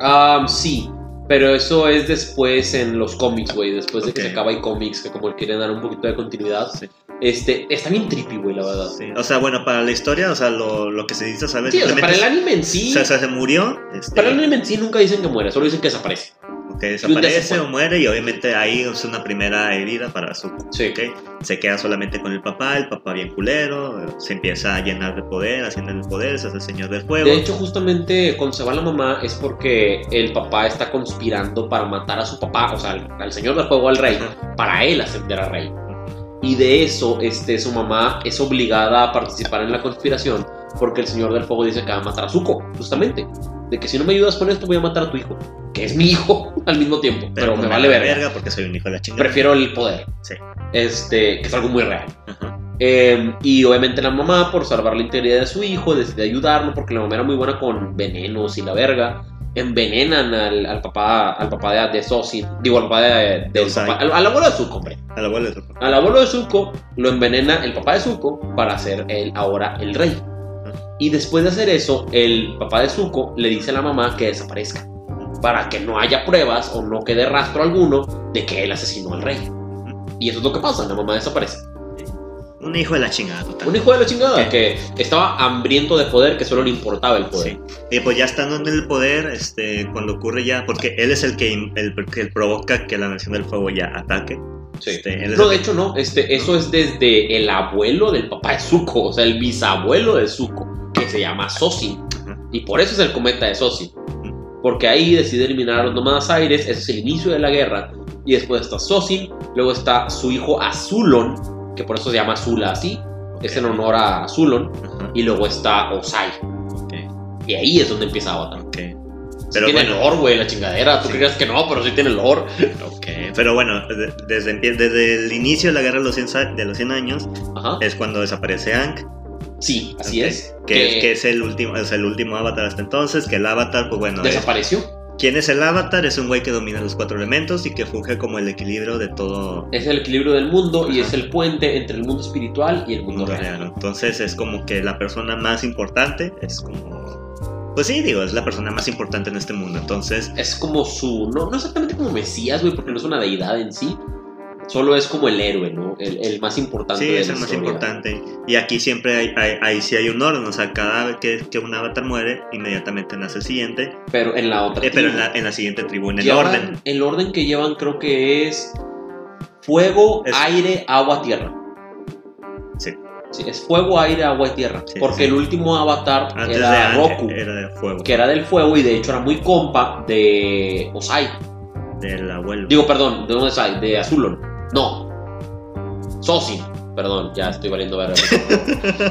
Ah, sí, pero eso es después en los cómics, güey. Después de que Ok. se acaba el cómics, que como quieren dar un poquito de continuidad. Sí. Este, está bien trippy, güey, la verdad. Sí, O sea, bueno, para la historia, o sea, lo, lo que se dice, ¿sabes? Sí, o sea, para el Simplemente anime en se- sí. o sea, se murió. Este, Para el anime en sí nunca dicen que muere, solo dicen que desaparece. que día Pues se desaparece fue. o muere y obviamente ahí es una primera herida para Zuko. Sí. ¿ok? Se queda solamente con el papá, el papá bien culero, eh, se empieza a llenar de poder, haciendo el poder, se hace el señor del fuego. De hecho, justamente cuando se va la mamá es porque el papá está conspirando para matar a su papá, o sea, al, al señor del juego, al rey, Ajá. para él ascender a rey. Y de eso, este, su mamá es obligada a participar en la conspiración porque el Señor del Fuego dice que va a matar a Zuko, justamente. De que si no me ayudas con esto, voy a matar a tu hijo, que es mi hijo al mismo tiempo, pero, pues me vale la verga. porque soy un hijo de la chingada. Prefiero el poder. Sí. Este, que es algo muy real. Ajá. Eh, y obviamente la mamá, por salvar la integridad de su hijo, decide ayudarlo porque la mamá era muy buena con venenos y la verga. Envenenan al, al papá, al papá de, de Sosin, digo, al papá de, del Osai. papá- al, al abuelo de Zuko, hombre. Al abuelo de su papá. Al abuelo de Zuko lo envenena el papá de Zuko para ser él ahora el rey. Y después de hacer eso, el papá de Zuko le dice a la mamá que desaparezca para que no haya pruebas o no quede rastro alguno de que él asesinó al rey. Y eso es lo que pasa, la mamá desaparece. Un hijo de la chingada, total. Un hijo de la chingada que estaba hambriento de poder, que solo le importaba el poder. Sí. Y pues ya estando en el poder, este, cuando ocurre ya, porque él es el que, im- el, que provoca que la Nación del Fuego ya ataque. Sí. Este, él es No, el de que- hecho no, este, eso es desde el abuelo del papá de Zuko, o sea, el bisabuelo de Zuko, que se llama Sosin. Ajá. Y por eso es el cometa de Sosin. Porque ahí decide eliminar a los nómadas aires, ese es el inicio de la guerra. Y después está Sosin, luego está su hijo Azulon, que por eso se llama Azula así, es en honor a Azulon. Ajá, Y luego está Osai. ok, Y ahí es donde empieza Avatar. ok. Sí Pero tiene bueno. lore, güey, la chingadera. Tú Sí. creías que no, pero sí tiene lore. Ok, Pero bueno, de- desde, empie- desde el inicio de la guerra de los 100, sa- de los 100 años Ajá. es cuando desaparece Aang. Sí, así Eh, Ok. es. que, que es el último es el último avatar hasta entonces que el avatar pues bueno es- desapareció. quién es el avatar es un güey que domina los cuatro elementos y que funge como el equilibrio de todo Es el equilibrio del mundo y Ajá. es el puente entre el mundo espiritual y el el mundo real. entonces es como que la persona más importante es como pues sí digo es la persona más importante en este mundo entonces Es como su. No, no exactamente como Mesías, güey, porque no es una deidad en sí. Solo es como el héroe, ¿no? El, el más importante. Sí, de es la el más historia. importante. Y aquí siempre hay, hay- ahí sí hay un orden. O sea, cada vez que, que un avatar muere, inmediatamente nace el siguiente. Pero en la otra. Eh, pero en tribu, la, en la siguiente tribu, en el llevan- orden. El orden que llevan creo que es fuego, Es- aire, agua, tierra. Sí. Sí, es fuego, aire, agua y tierra. Sí, porque sí. el último avatar Antes de eh. era Aang, Roku, era de fuego, que era del fuego y de hecho era muy compa de Osai. del abuelo. Digo, perdón, de Osai, de Azulon. No. Sosin. Perdón, ya estoy valiendo verga.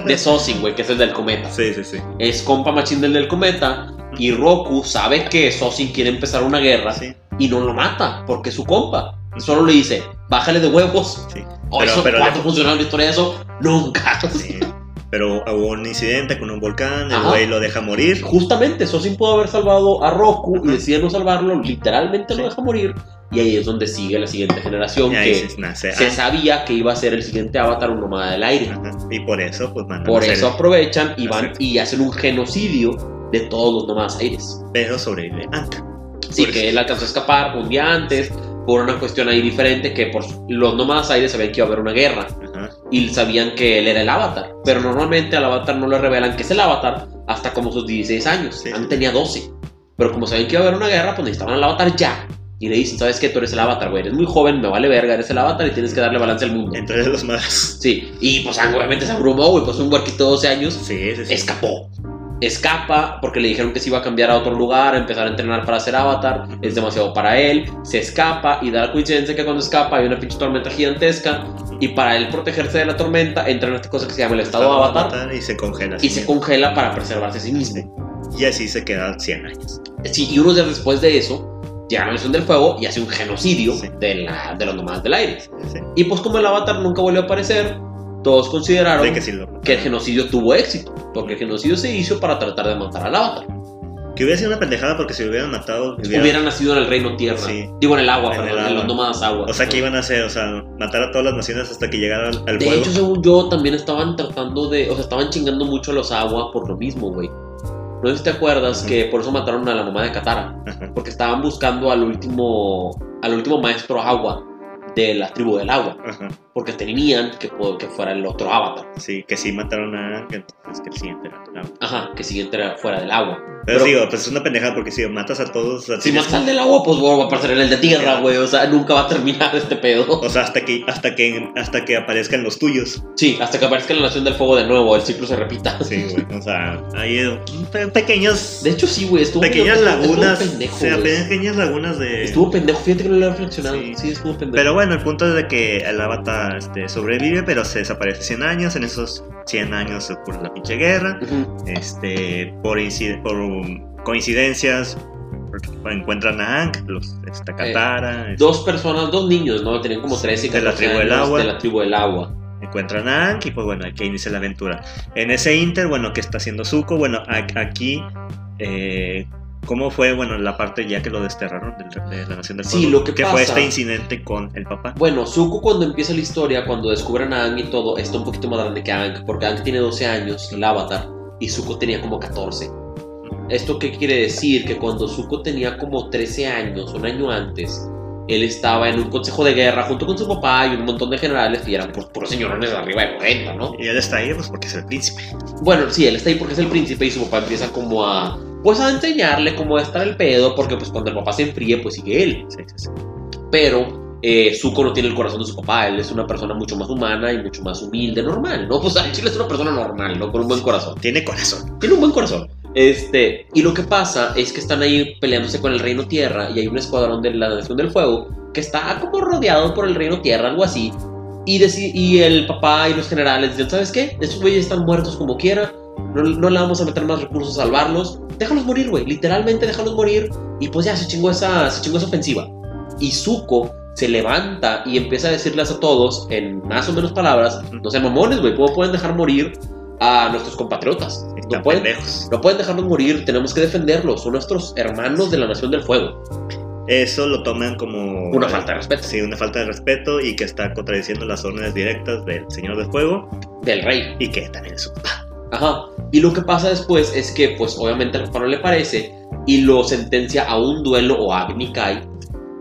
De Sosin, güey, que es el del cometa. Sí, sí, sí. Es compa machín del del cometa. Y Roku sabe que Sosin quiere empezar una guerra Sí, y no lo mata porque es su compa. Solo le dice, bájale de huevos. sí. O Pero- eso, pero ¿cuánto le- funcionó la historia de eso? Nunca. Sí. Pero hubo un incidente con un volcán, el Ajá. güey lo deja morir. Justamente, Sosin pudo haber salvado a Roku y Ajá. decide no salvarlo, literalmente Sí. lo deja morir. Y ahí es donde sigue la siguiente generación Y ahí que se nace. se Aang. sabía que iba a ser el siguiente avatar un nómada del aire. Ajá. Y por eso, pues mandan Por a hacer- eso aprovechan y van Ah, Exacto. y hacen un genocidio de todos los nomás aires. Pero sobrevive Anta. Sí, Por que él alcanzó a escapar un día antes por una cuestión ahí diferente que por los nómadas aires sabían que iba a haber una guerra Ajá. y sabían que él era el avatar. Pero normalmente al avatar no le revelan que es el avatar hasta como sus 16 años. Sí. Antes tenía 12. Pero como sabían que iba a haber una guerra, pues necesitaban al avatar ya. Y le dicen, ¿sabes qué? Tú eres el avatar, güey. Eres muy joven, me vale verga, eres el avatar y tienes que darle balance al mundo. Entonces los más. Sí. Y pues obviamente se abrumó, güey. Pues un huerquito de 12 años Sí, sí, sí. escapó. Escapa porque le dijeron que se iba a cambiar a otro lugar, a empezar a entrenar para ser avatar, es demasiado para él, se escapa y da la coincidencia que cuando escapa hay una pinche tormenta gigantesca y para él protegerse de la tormenta entra en esta cosa que se llama el estado Estaba avatar y se congela. y se congela para preservarse a sí mismo. Y así se queda 100 años. Sí, y unos días después de eso, llega la Nación del Fuego y hace un genocidio Sí. de, la, de los nomás del aire. Sí. Y pues como el avatar nunca volvió a aparecer, todos consideraron De que sí lo- que el genocidio tuvo éxito, porque el genocidio se hizo para tratar de matar al avatar. Que hubiera sido una pendejada porque si lo hubieran matado, hubiera- hubieran nacido en el reino tierra. Sí. Digo, en el agua, En perdón, el en agua. los nómadas agua. O sea, que iban a hacer? O sea, matar a todas las naciones hasta que llegaran al De pueblo. hecho, según yo, también estaban tratando de. O sea, estaban chingando mucho a los agua por lo mismo, güey. No sé si te acuerdas Ujú. que por eso mataron a la mamá de Katara. Ajá. Porque estaban buscando al último. Al último maestro agua de la tribu del agua. Ajá. Porque tenían que, po- que fuera el otro avatar. Sí, que sí mataron a Ang, entonces que el siguiente era Ang. Ajá, que siguiente era fuera del agua. Pero, Pero- digo, pues es una pendejada porque si matas a todos. a Si ti- matas al del agua, pues bueno, va a aparecer en el de tierra, güey. O sea, nunca va a terminar este pedo. O sea, hasta que, hasta que hasta que aparezcan los tuyos. Sí, hasta que aparezca la nación del fuego de nuevo, el ciclo se repita. Sí, güey. O sea, hay eh, pe- pequeños. De hecho, sí, güey, estuvo pequeñas estuvo- lagunas. Estuvo pendejo, o sea, güey. pequeñas lagunas de. Estuvo pendejo, fíjate que no lo he reflexionado. Sí. Sí, estuvo pendejo. Pero bueno, el punto es de que el avatar este, sobrevive, pero se desaparece 100 años. En esos 100 años ocurre la pinche guerra. Ujú. este, por, incide- por, um, coincidencias por- encuentran a Hank, los esta Katara, este, Eh, Dos personas, dos niños, ¿no? Tenían como 13 y De la 14 tribu del años agua. De la tribu del agua. encuentran a Hank y pues bueno, aquí inicia la aventura. En ese inter, bueno, ¿qué está haciendo Zuko? Bueno, a- aquí, eh, ¿cómo fue, bueno, la parte ya que lo desterraron del- de la Nación del Sí, Fuego? lo que ¿Qué fue pasa- este incidente con el papá? Bueno, Zuko cuando empieza la historia, cuando descubren a Aang y todo, está un poquito más grande que Aang, porque Aang tiene 12 años, el avatar, y Zuko tenía como 14. ¿Esto qué quiere decir? Que cuando Zuko tenía como 13 años, un año antes, él estaba en un consejo de guerra junto con su papá y un montón de generales que eran pues, puros señorones de arriba de 40, ¿no? Y él está ahí, pues porque es el príncipe. Bueno, sí, él está ahí porque es el príncipe y su papá empieza como a... Pues a enseñarle cómo está el pedo, porque pues cuando el papá se enfríe, pues sigue él. Sí, sí, sí. Pero eh, Zuko no tiene el corazón de su papá, él es una persona mucho más humana y mucho más humilde, normal, ¿no? Pues Ángel es una persona normal, ¿no? Con un buen corazón. Tiene corazón. Tiene un buen corazón. Este, y lo que pasa es que están ahí peleándose con el Reino Tierra y hay un escuadrón de la Nación del Fuego que está como rodeado por el Reino Tierra, algo así. Y, deci- y el papá y los generales dicen, ¿sabes qué? Estos güeyes están muertos como quiera, no, no le vamos a meter más recursos a salvarlos. Déjalos morir, güey, literalmente déjalos morir. Y pues ya, se chingó esa, se chingó esa ofensiva. Y Zuko se levanta y empieza a decirles a todos, en más o menos palabras, no sean mamones, güey, ¿cómo pueden dejar morir a nuestros compatriotas? Están No pueden, pendejos. no pueden dejarnos morir, tenemos que defenderlos. Son nuestros hermanos de la Nación del Fuego. Eso lo toman como... Una falta de respeto. Sí, una falta de respeto y que está contradiciendo las órdenes directas del Señor del Fuego Del rey. y que también es su papá. Ajá. Y lo que pasa después es que, pues, obviamente al papá no le parece y lo sentencia a un duelo, o a Agni Kai,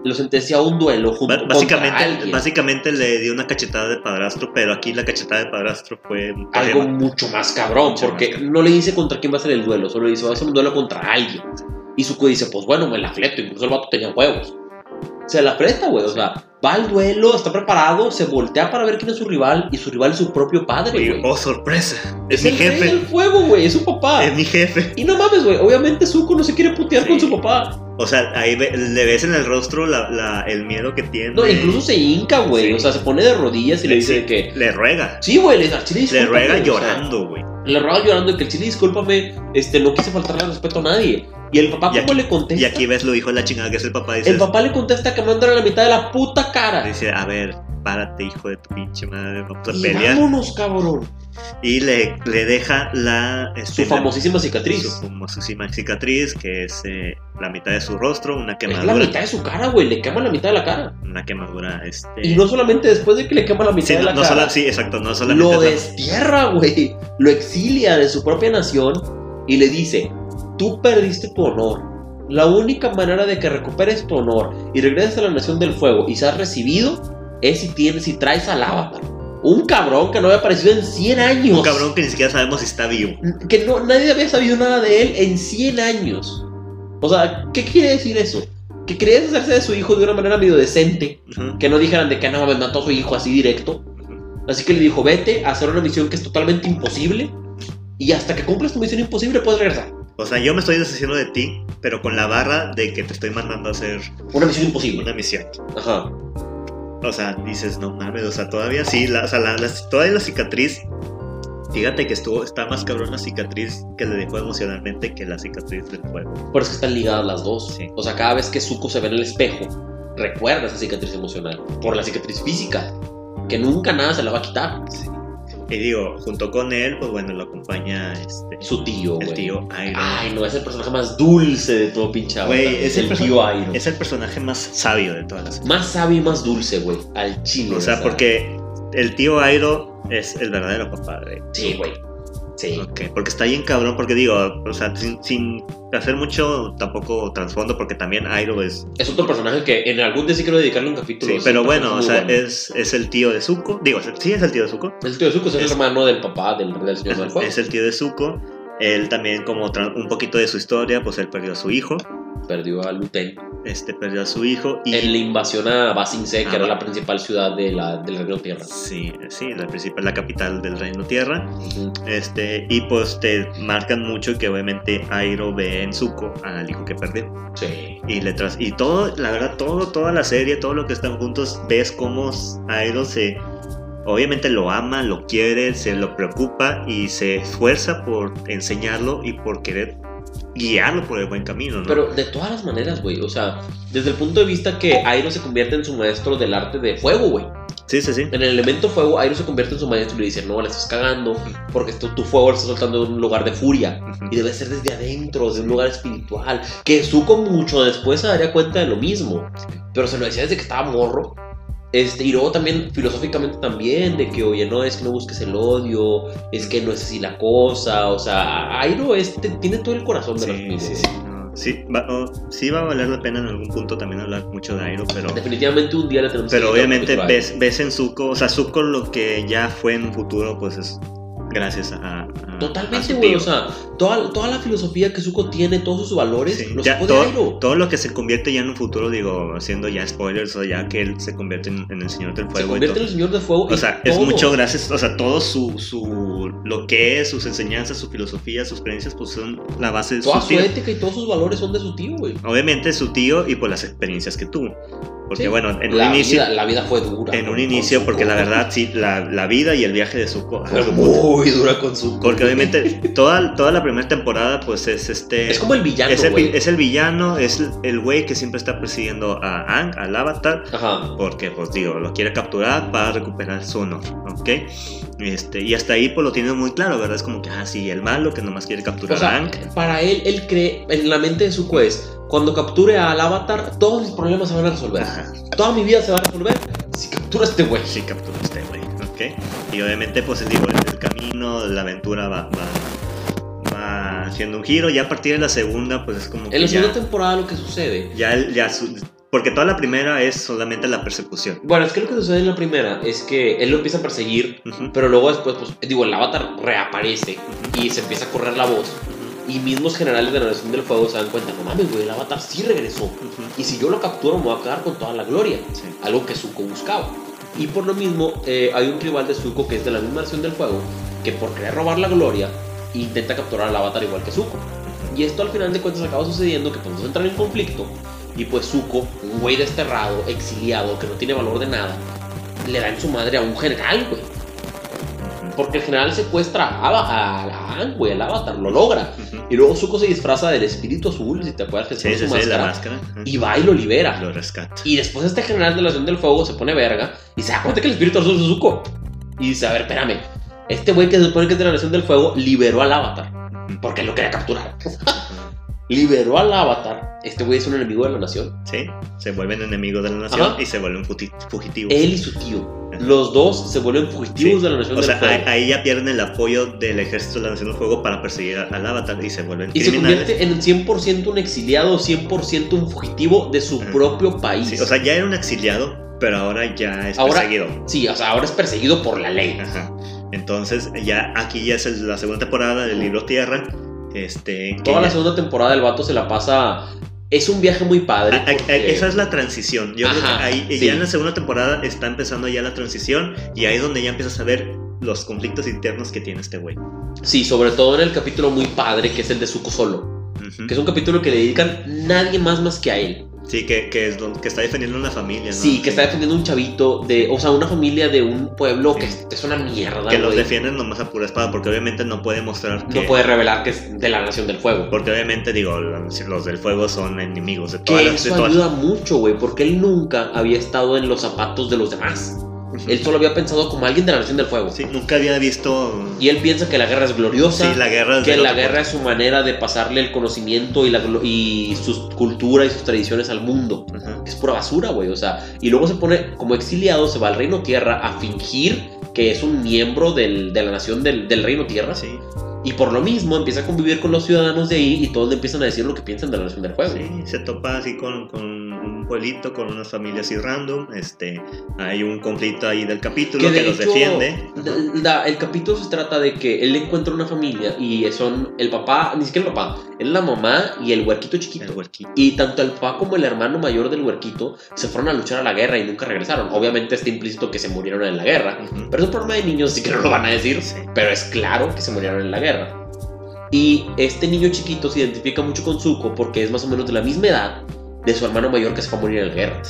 lo sentencia a un duelo junto Ba- con Básicamente, alguien. básicamente le dio una cachetada de padrastro, pero aquí la cachetada de padrastro fue algo mucho más cabrón, Mucho porque más no le dice contra quién va a ser el duelo, solo le dice va a ser un duelo contra alguien. Y Zuko dice, pues bueno, me la fleto, incluso el vato tenía huevos. Se la freta, güey, o sea, va al duelo, está preparado, se voltea para ver quién es su rival, y su rival es su propio padre, Y, güey. oh, sorpresa, es, mi el rey del jefe, fuego, güey, es su papá. es mi jefe. Y no mames, güey, obviamente Zuko no se quiere putear Sí. con su papá. O sea, ahí ve- le ves en el rostro la- la- el miedo que tiene. No, incluso se hinca, güey, Sí. o sea, se pone de rodillas y le dice Sí. de que... Le ruega, Sí, güey, le, al chile, le discúlpame, ruega o sea, llorando, güey. Le rogaba llorando de que el chile, discúlpame, este, no quise faltarle al respeto a nadie. Y el papá, Y ¿cómo aquí- le contesta? Y aquí ves lo hijo de la chingada que es el papá. Dice, el papá le contesta que mandaron a la mitad de la puta cara. dice a ver, párate, hijo de tu pinche madre, vamos a Y pelear. vámonos, cabrón. Y le, le deja la... Su este, la- famosísima cicatriz. Su famosísima cicatriz, que es eh, la mitad de su rostro, una Es la quemadura. mitad de su cara, güey. Le quema la mitad de la cara. Una quemadura, este. Y no solamente después de que le quema la mitad sí, de no, la no cara. sola- sí, exacto, no solamente. lo es destierra, güey. Lo exilia de su propia nación y le dice: Tú perdiste tu honor. La única manera de que recuperes tu honor y regreses a la Nación del Fuego y seas recibido es si tienes, si traes al Avatar. Un cabrón que no había aparecido en 100 años. Un cabrón que ni siquiera sabemos si está vivo. Que no, nadie había sabido nada de él en 100 años. O sea, ¿qué quiere decir eso? Que querías hacerse de su hijo de una manera medio decente. Ujú. Que no dijeran de que no, me mató a su hijo así directo. Así que le dijo, vete a hacer una misión que es totalmente imposible. Y hasta que cumplas tu misión imposible puedes regresar. O sea, yo me estoy deshaciendo de ti, pero con la barra de que te estoy mandando a hacer Una misión imposible. una misión. Ajá. O sea, dices, no mames, o sea, todavía sí, la, o sea, la, la- todavía la cicatriz. Fíjate que estuvo, está más cabrón la cicatriz que le dejó emocionalmente que la cicatriz del juego. Por eso que están ligadas las dos. Sí. O sea, cada vez que Zuko se ve en el espejo, recuerda esa cicatriz emocional. Por la cicatriz física. Que nunca nada se la va a quitar. Y digo, junto con él, pues bueno, lo acompaña este, Su tío, el güey. tío Iron. Ay, no, es el personaje más dulce de todo pinche Avatar. Güey, es el el tío Iron. Es el personaje más sabio de todas las. Más sabio y más dulce, güey. Al chino. O sea, porque el tío Airo es el verdadero papá de Sí, güey. Sí. Ok, porque está bien cabrón, porque digo, o sea, sin, sin hacer mucho tampoco trasfondo, porque también Airo es... Es otro personaje que en algún día sí quiero dedicarle un capítulo. Sí, Ese pero personaje bueno, o es muy sea, bueno. es, es el tío de Zuko, digo, es- sí es el tío de Zuko, El tío de Zuko es el es- hermano del papá del, del señor del fuego. es el tío de Zuko, él también como tra- un poquito de su historia, pues él perdió a su hijo, Perdió a Luten. este perdió a su hijo y... En la invasión a Basingse, que Ah, era va. la principal ciudad de la, del Reino Tierra. Sí, sí, la principal, la capital del Reino Tierra. Este, y pues te marcan mucho que obviamente Airo ve en Zuko al hijo que perdió. Sí. Y letras. Y todo, la verdad, todo, toda la serie, todo lo que están juntos, ves cómo Airo se. Obviamente lo ama, lo quiere, se lo preocupa y se esfuerza por enseñarlo y por querer guiarlo por el buen camino, ¿no? Pero de todas las maneras, güey. O sea, desde el punto de vista que Airo se convierte en su maestro del arte de fuego, güey. sí, sí, sí. En el elemento fuego, Airo se convierte en su maestro y le dice, no, la estás cagando, porque esto- tu fuego lo estás soltando en un lugar de furia. Y debe ser desde adentro, desde un lugar espiritual. Que Zuko mucho después se daría cuenta de lo mismo. Pero se lo decía desde que estaba morro. Este, y luego también, filosóficamente también, de que, oye, no, es que no busques el odio, es que no es así la cosa. O sea, Airo es- te- tiene todo el corazón de los Sí, niños. sí, sí. no, sí, va, oh, sí va a valer la pena en algún punto también hablar mucho de Airo, pero. Definitivamente un día le tenemos que Pero dedicar un obviamente capítulo a Airo. ves, ves en Zuko, o sea, Zuko lo que ya fue en un futuro, pues es gracias a. a- a Totalmente, su güey. tío. O sea, toda, toda la filosofía que Zuko tiene, todos sus valores, Sí, los ya sacó de todo, Airo. todo lo que se convierte ya en un futuro, digo, haciendo ya spoilers, o ya que él se convierte en, en el Señor del Se Fuego. y convierte en todo. el señor de fuego. o y sea, es todo. mucho gracias, o sea, todo su, su, lo que es, sus enseñanzas, su filosofía, sus creencias, pues son la base de su Toda su tío. ética y todos sus valores son de su tío, güey. Obviamente su tío y por las experiencias que tuvo. Porque Sí. bueno, en la un inicio, Vida, la vida fue dura. en con- un con inicio, Zuko. porque la verdad, sí, la, la vida y el viaje de su Fue muy dura con su. Porque obviamente toda, toda la primera temporada, pues es este... Es como el villano, es el, vi- güey. es el villano, es el- el güey que siempre está persiguiendo a Ang, al avatar, Ajá. porque, pues digo, lo quiere capturar para recuperar su honor, ¿ok? Este, y hasta ahí, pues lo tiene muy claro, ¿verdad? Es como que, ah, sí, el malo que nomás quiere capturar O sea, a Ang. para él, él cree, en la mente de Zuko es, cuando capture al avatar, todos mis problemas se van a resolver. Ajá, Toda mi vida se va a resolver si captura a este güey. sí, capturó a este güey, ¿ok? Y obviamente, pues digo, el, el camino, la aventura va, va, va haciendo un giro, ya a partir de la segunda, pues es como que En la ya, segunda temporada lo que sucede ya, el- ya su- porque toda la primera es solamente la persecución. Bueno, es que lo que sucede en la primera es que él lo empieza a perseguir, Ujú, pero luego después, pues, digo, el avatar reaparece y se empieza a correr la voz. ujú, Y mismos generales de la Nación del Fuego se dan cuenta, no mames, güey, el avatar sí regresó. ujú. Y si yo lo capturo, me voy a quedar con toda la gloria. Sí. Algo que Zuko buscaba. Y por lo mismo, eh, hay un rival de Zuko que es de la misma Nación del Fuego, que por querer robar la gloria, intenta capturar al avatar igual que Zuko. Y esto al final de cuentas acaba sucediendo que podemos entrar en conflicto y pues Zuko, un güey desterrado, exiliado, que no tiene valor de nada, le da en su madre a un general, güey. Porque el general secuestra a, Ava- a, a Aang, güey, el avatar, lo logra. Ujú. Y luego Zuko se disfraza del espíritu azul, si te acuerdas que se Sí, pone sí, sí, su la máscara, máscara. Ajá. y va y lo libera. Lo rescata. Y después este general de la Nación del Fuego se pone verga y se da cuenta que el espíritu azul es Zuko. Y dice, a ver, espérame, este güey que se supone que es de la Nación del Fuego liberó al avatar porque lo quería capturar. liberó al avatar. Este güey es un enemigo de la nación. Sí, se vuelven enemigos de la nación Ajá. y se vuelven futi- fugitivos. Él y su tío. Los dos se vuelven fugitivos Sí. de la Nación o del sea, Fuego. ahí, ahí ya pierden el apoyo del ejército de la Nación del Fuego para perseguir a- al Avatar y se vuelven y se criminales. convierte en 100% un exiliado, 100% un fugitivo de su Ajá. propio país. Mm. Sí, o sea, ya era un exiliado, pero ahora ya es Ahora- perseguido. Sí, o sea, ahora es perseguido por la ley. Ajá. Entonces, ya aquí ya es el- la segunda temporada del libro Tierra. Este, que Toda la ya- segunda temporada el vato se la pasa... Es un viaje muy padre. a- a- a- porque- Ah, eh, Esa es la transición. Yo creo que Ajá, ahí, y sí. ya en la segunda temporada está empezando ya la transición y ahí es donde ya empiezas a ver los conflictos internos que tiene este güey. Sí, sobre todo en el capítulo muy padre que es el de Zuko solo. Ujú. Que es un capítulo que le dedican nadie más más que a él. Sí, que, que, es lo- que está defendiendo una familia, ¿no? Sí, que está defendiendo un chavito de... O sea, una familia de un pueblo que Sí. es- es una mierda. Que los güey. defienden nomás a pura espada, porque obviamente no puede mostrar que. No puede revelar que es de la Nación del Fuego. Porque obviamente, digo, los los del fuego son enemigos de todas Que las. de eso todas- ayuda mucho, güey, porque él nunca había estado en los zapatos de los demás. Ujú. Él solo había pensado como alguien de la Nación del Fuego. Sí, nunca había visto. Y él piensa que la guerra es gloriosa, sí, la guerra. es que del la otro guerra es su manera de pasarle el conocimiento y, la, glo- y sus cultura y sus tradiciones al mundo. pueblo. Ajá. Es pura basura, güey, o sea. Y luego se pone como exiliado, se va al Reino Tierra a fingir que es un miembro del- de la Nación del, del Reino Tierra. Sí, Y por lo mismo empieza a convivir con los ciudadanos de ahí y todos le empiezan a decir lo que piensan de la Nación del Fuego. sí, se topa así con, con un pueblito, con unas familias así random. Este, hay un conflicto ahí del capítulo que, de los hecho, defiende. la- la- el capítulo se trata de que él encuentra una familia y son el papá, ni siquiera el papá, es la mamá y el huerquito El chiquito. huerquito. y tanto el papá como el hermano mayor del huerquito se fueron a luchar a la guerra y nunca regresaron. Obviamente está implícito que se murieron en la guerra. Ujú. Pero es un problema de niños, así que no lo van a decir. Sí. Pero es claro que se murieron en la guerra. Y este niño chiquito se identifica mucho con Zuko porque es más o menos de la misma edad de su hermano mayor que se fue a morir en la guerra.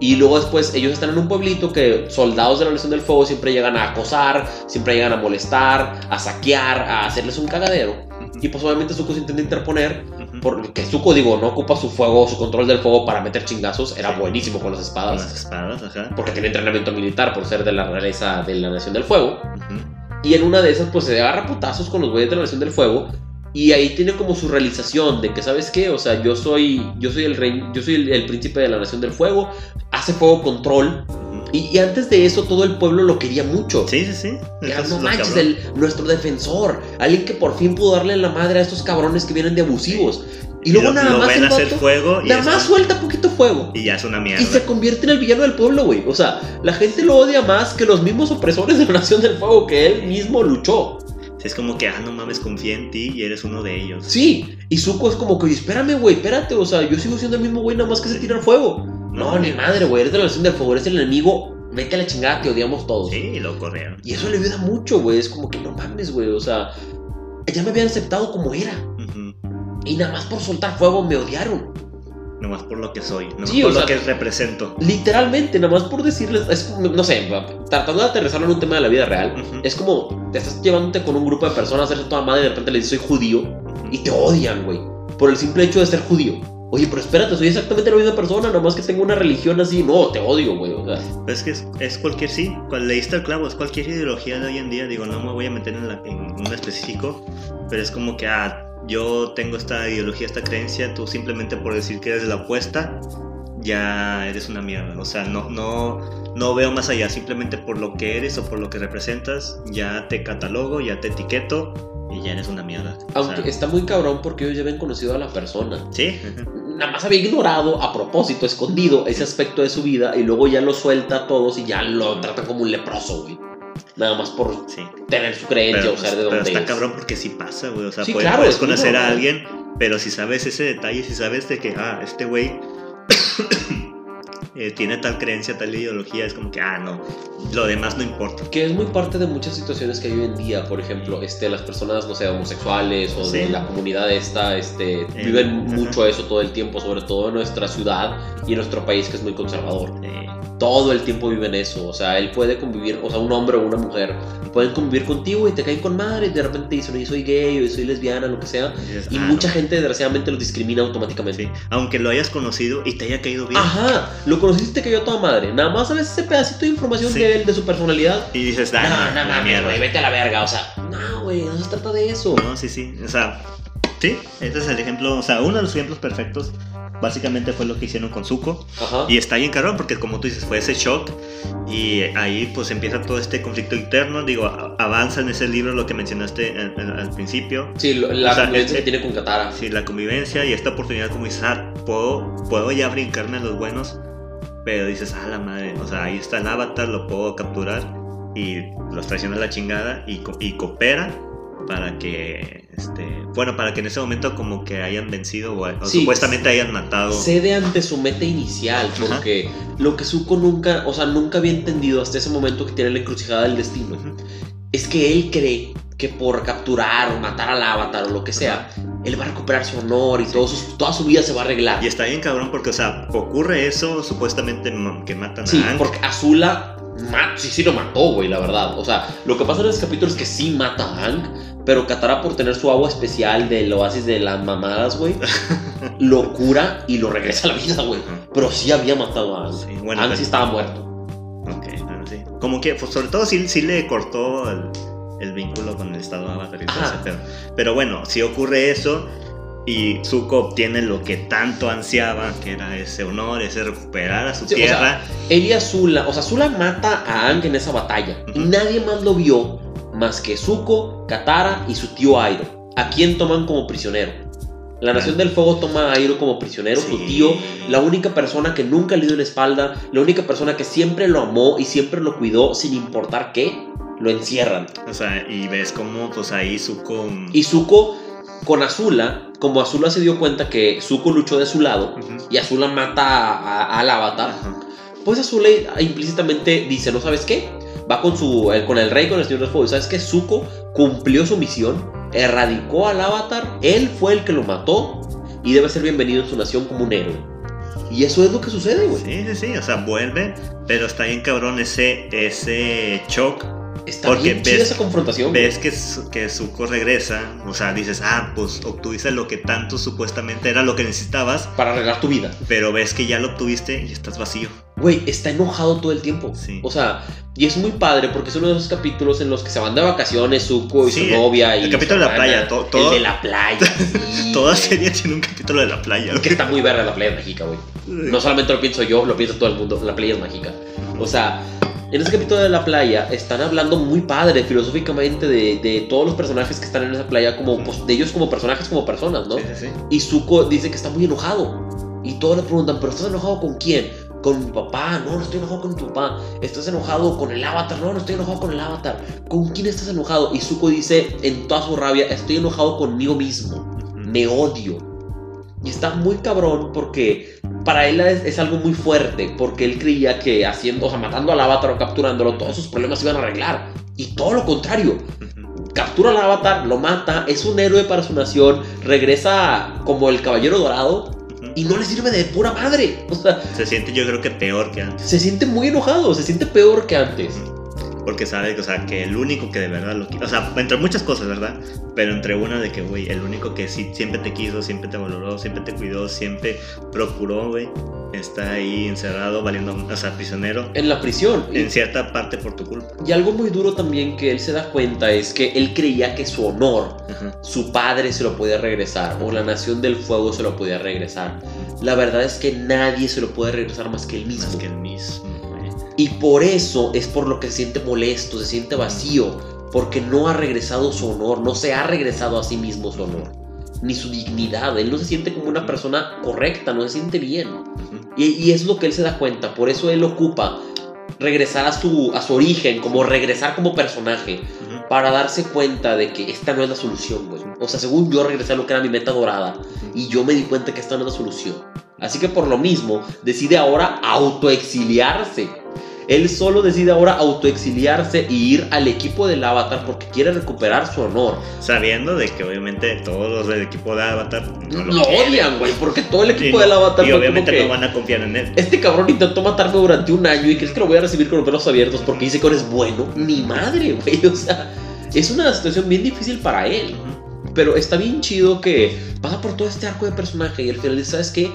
Y luego después ellos están en un pueblito que soldados de la Nación del Fuego siempre llegan a acosar, siempre llegan a molestar, a saquear, a hacerles un cagadero. Y pues obviamente Zuko se intenta interponer Ujú. porque Zuko, digo, no ocupa su fuego, su control del fuego para meter chingazos. Era Sí. buenísimo con las Con espadas las espadas, ajá. porque tiene entrenamiento militar por ser de la realeza de la Nación del Fuego. Ujú. Y en una de esas, pues se agarra putazos con los güeyes de la Nación del Fuego. Y ahí tiene como su realización de que, ¿sabes qué? O sea, yo soy, yo soy, el, rey, yo soy el, el príncipe de la Nación del Fuego. Hace fuego control. Ujú. Y, y antes de eso, todo el pueblo lo quería mucho. Sí, sí, sí. Era, Eso es no lo manches, cabrón. el- nuestro defensor. Alguien que por fin pudo darle la madre a estos cabrones que vienen de abusivos. Y luego lo, nada lo más ven el a hacer vato- fuego y, Nada es- más suelta poquito fuego. y ya es una mierda. Y se convierte en el villano del pueblo, güey. O sea, la gente lo odia más que los mismos opresores de la Nación del Fuego que él mismo luchó. Es como que, ah, no mames, confía en ti y eres uno de ellos. Sí, y Zuko es como que, "Oye, espérame, güey, espérate. O sea, yo sigo siendo el mismo güey, nada más que se tira al fuego. No, ni madre, güey, eres de la Nación del Fuego, eres el enemigo. Vete a la chingada, te odiamos todos. Sí, y lo corrieron. Y eso le ayuda mucho, güey. Es como que no mames, güey. O sea, ya me habían aceptado como era. Ujú. Y nada más por soltar fuego me odiaron. Nomás por lo que soy, nomás Sí, por o lo sea- que represento. Literalmente, nada más por decirles, es, no sé, tratando de aterrizarlo en un tema de la vida real, Ujú. Es como, te estás llevándote con un grupo de personas, hacerse toda madre y de repente le dices soy judío Ujú. y te odian, güey. Por el simple hecho de ser judío. Oye, pero espérate, soy exactamente la misma persona, nada más que tengo una religión así. No, te odio, güey. O sea, Pues es que es, es cualquier, sí, cual, leíste el clavo, es cualquier ideología de hoy en día. Digo, no me voy a meter en, la- en un específico, pero es como que, ah, yo tengo esta ideología, esta creencia, tú simplemente por decir que eres la opuesta, ya eres una mierda. O sea, no, no, no veo más allá, simplemente por lo que eres o por lo que representas, ya te catalogo, ya te etiqueto y ya eres una mierda. O sea, aunque está muy cabrón porque ellos ya habían conocido a la persona. Sí, Nada más había ignorado a propósito, escondido ese aspecto de su vida y luego ya lo suelta a todos y ya lo tratan como un leproso, güey. Nada más por sí. tener su creencia Pero, o ser pues, de pero donde está es. cabrón porque sí pasa, güey. O sea, Sí, puedes, claro, puedes es conocer duro, a güey. alguien, pero si sabes ese detalle, si sabes de que, ah, este güey eh, tiene tal creencia, tal ideología, es como que, ah, no, lo demás no importa. Que es muy parte de muchas situaciones que hay hoy en día, por ejemplo, este, las personas, no sé, homosexuales o de Sí. Eh, la comunidad esta, este, viven ajá. mucho eso todo el tiempo, sobre todo en nuestra ciudad y en nuestro país que es muy conservador. Eh, Todo el tiempo viven eso, o sea, él puede convivir, o sea, un hombre o una mujer pueden convivir contigo y te caen con madre y de repente te dicen, oye, soy gay o soy lesbiana, lo que sea, dices, y "Ah, mucha no". gente desgraciadamente los discrimina automáticamente. Sí, Aunque lo hayas conocido y te haya caído bien. Ajá, lo conociste que yo a toda madre, nada más sabes ese pedacito de información Sí. de él, de su personalidad, Y dices, no, ah, no, no, no, la mames, mierda. güey, vete a la verga, o sea, no, güey, no se trata de eso. No, sí, sí. O sea, sí, este es el ejemplo, o sea, uno de los ejemplos perfectos Básicamente fue lo que hicieron con Zuko. Ajá. Y está bien cabrón porque como tú dices, fue ese shock y ahí pues empieza todo este conflicto interno. Digo, a- avanza en ese libro lo que mencionaste en- en- al principio. Sí, lo- la O sea, convivencia el- que tiene con Katara. Sí, la convivencia y esta oportunidad como dices, ah, puedo, puedo ya brincarme a los buenos, pero dices, ah, la madre, o sea, ahí está el avatar, lo puedo capturar y los traiciona la chingada y, co- y coopera para que, este, bueno, para que en ese momento como que hayan vencido o, o Sí. supuestamente hayan matado. Cede ante su meta inicial, Ajá. porque lo que Zuko nunca, o sea, nunca había entendido hasta ese momento que tiene la encrucijada del destino, Ujú. es que él cree que por capturar o matar al avatar o lo que sea, él va a recuperar su honor y todo sus- toda su vida se va a arreglar. Y está bien cabrón porque, o sea, ocurre eso, supuestamente mm, que matan Sí, a Aang. porque Azula ma- sí, sí lo mató, güey, la verdad. O sea, lo que pasa en ese capítulo es que sí mata a Hank, pero Katara por tener su agua especial del oasis de las mamadas, güey, lo cura y lo regresa a la vida, güey. Ajá. Pero sí había matado a Hank. Sí, bueno, Hank pero- sí estaba muerto. Ok, bueno, sí. Como que, pues, sobre todo, sí, sí le cortó el, el vínculo con el estado avatar y todo Ajá. ese pedo. Pero bueno, si ocurre eso y Zuko obtiene lo que tanto ansiaba, que era ese honor, ese recuperar a su Sí, o sea, tierra. Él y Azula, o sea, Azula mata a Hank en esa batalla. Y Ujú. nadie más lo vio más que Zuko, Katara y su tío Airo, a quien toman como prisionero. La Nación del Fuego toma a Airo como prisionero, su Sí. tío, La única persona que nunca le dio la espalda, la única persona que siempre lo amó y siempre lo cuidó sin importar qué, lo encierran. O sea, y ves cómo, pues ahí Zuko. Y Zuko con Azula, como Azula se dio cuenta que Zuko luchó de su lado Ujú. y Azula mata a- a- al avatar, Ajá. pues Azula implícitamente dice, ¿no sabes qué? Va con, su, eh, con el rey, con el señor del fuego. y ¿Sabes qué? Zuko cumplió su misión, erradicó al avatar, él fue el que lo mató y debe ser bienvenido en su nación como un héroe. Y eso es lo que sucede, güey. Sí, sí, sí, o sea, vuelve, pero está bien cabrón ese, ese shock Está Porque bien chida ves- esa confrontación. güey. ves que, Su- que Zuko regresa, o sea, dices, ah, pues obtuviste lo que tanto supuestamente era lo que necesitabas, para arreglar tu vida. pero ves que ya lo obtuviste y estás vacío. Güey, está enojado todo el tiempo. Sí. O sea, y es muy padre porque es uno de esos capítulos en los que se van de vacaciones Zuko y Sí, su novia y el capítulo su de la hermana. playa, to- todo- El de la playa. sí, Toda güey. serie tiene un capítulo de la playa. Que está muy verga la playa es mágica, güey. No solamente lo pienso yo, lo piensa todo el mundo. La playa es mágica. O sea, en ese capítulo de la playa están hablando muy padre filosóficamente de, de todos los personajes que están en esa playa, como pues, de ellos como personajes, como personas, ¿no? Sí, sí, sí. Y Zuko dice que está muy enojado. Y todos le preguntan, ¿pero estás enojado con quién? Con mi papá, no, no estoy enojado con tu papá. ¿Estás enojado con el avatar? No, no estoy enojado con el avatar. ¿Con quién estás enojado? Y Zuko dice en toda su rabia, estoy enojado conmigo mismo. Me odio. Y está muy cabrón porque para él es, es algo muy fuerte, porque él creía que haciendo, o sea, matando al avatar o capturándolo, todos sus problemas se iban a arreglar. Y todo lo contrario, Ujú. captura al avatar, lo mata, es un héroe para su nación, regresa como el caballero dorado Ujú. y no le sirve de pura madre. O sea, Se siente yo creo que peor que antes. se siente muy enojado, se siente peor que antes. Porque sabe o sea, que el único que de verdad lo quiso. O sea, entre muchas cosas, ¿verdad? Pero entre una de que, güey, el único que sí, siempre te quiso, siempre te valoró, siempre te cuidó, siempre procuró, güey. Está ahí encerrado, valiendo, o sea, prisionero. En la prisión. Y, En cierta parte por tu culpa. y algo muy duro también que él se da cuenta es que él creía que su honor, Ajá. su padre se lo podía regresar o la nación del fuego se lo podía regresar. La verdad es que nadie se lo puede regresar más que él mismo. Más que el mismo, ¿eh? güey. Y por eso es por lo que se siente molesto, se siente vacío, porque no ha regresado su honor, no se ha regresado a sí mismo su honor, ni su dignidad. Él no se siente como una persona correcta, no se siente bien. Ujú. Y, y es lo que él se da cuenta, por eso él ocupa regresar a su, a su origen, como regresar como personaje, Ujú. para darse cuenta de que esta no es la solución, güey. O sea, según yo regresé a lo que era mi meta dorada, y yo me di cuenta que esta no es la solución. Así que por lo mismo, decide ahora autoexiliarse. Él solo decide ahora autoexiliarse y ir al equipo del avatar porque quiere recuperar su honor. Sabiendo de que obviamente todos los del equipo de Avatar no lo, lo quieren. odian, güey, porque todo el Y equipo no- del avatar Y fue como obviamente que, no van a confiar en él. Este cabrón intentó matarme durante un año y crees que lo voy a recibir con los brazos abiertos porque dice que ahora es bueno. Ni madre, güey. O sea, es una situación bien difícil para él. Pero está bien chido que pasa por todo este arco de personaje y al final dice, ¿sabes qué?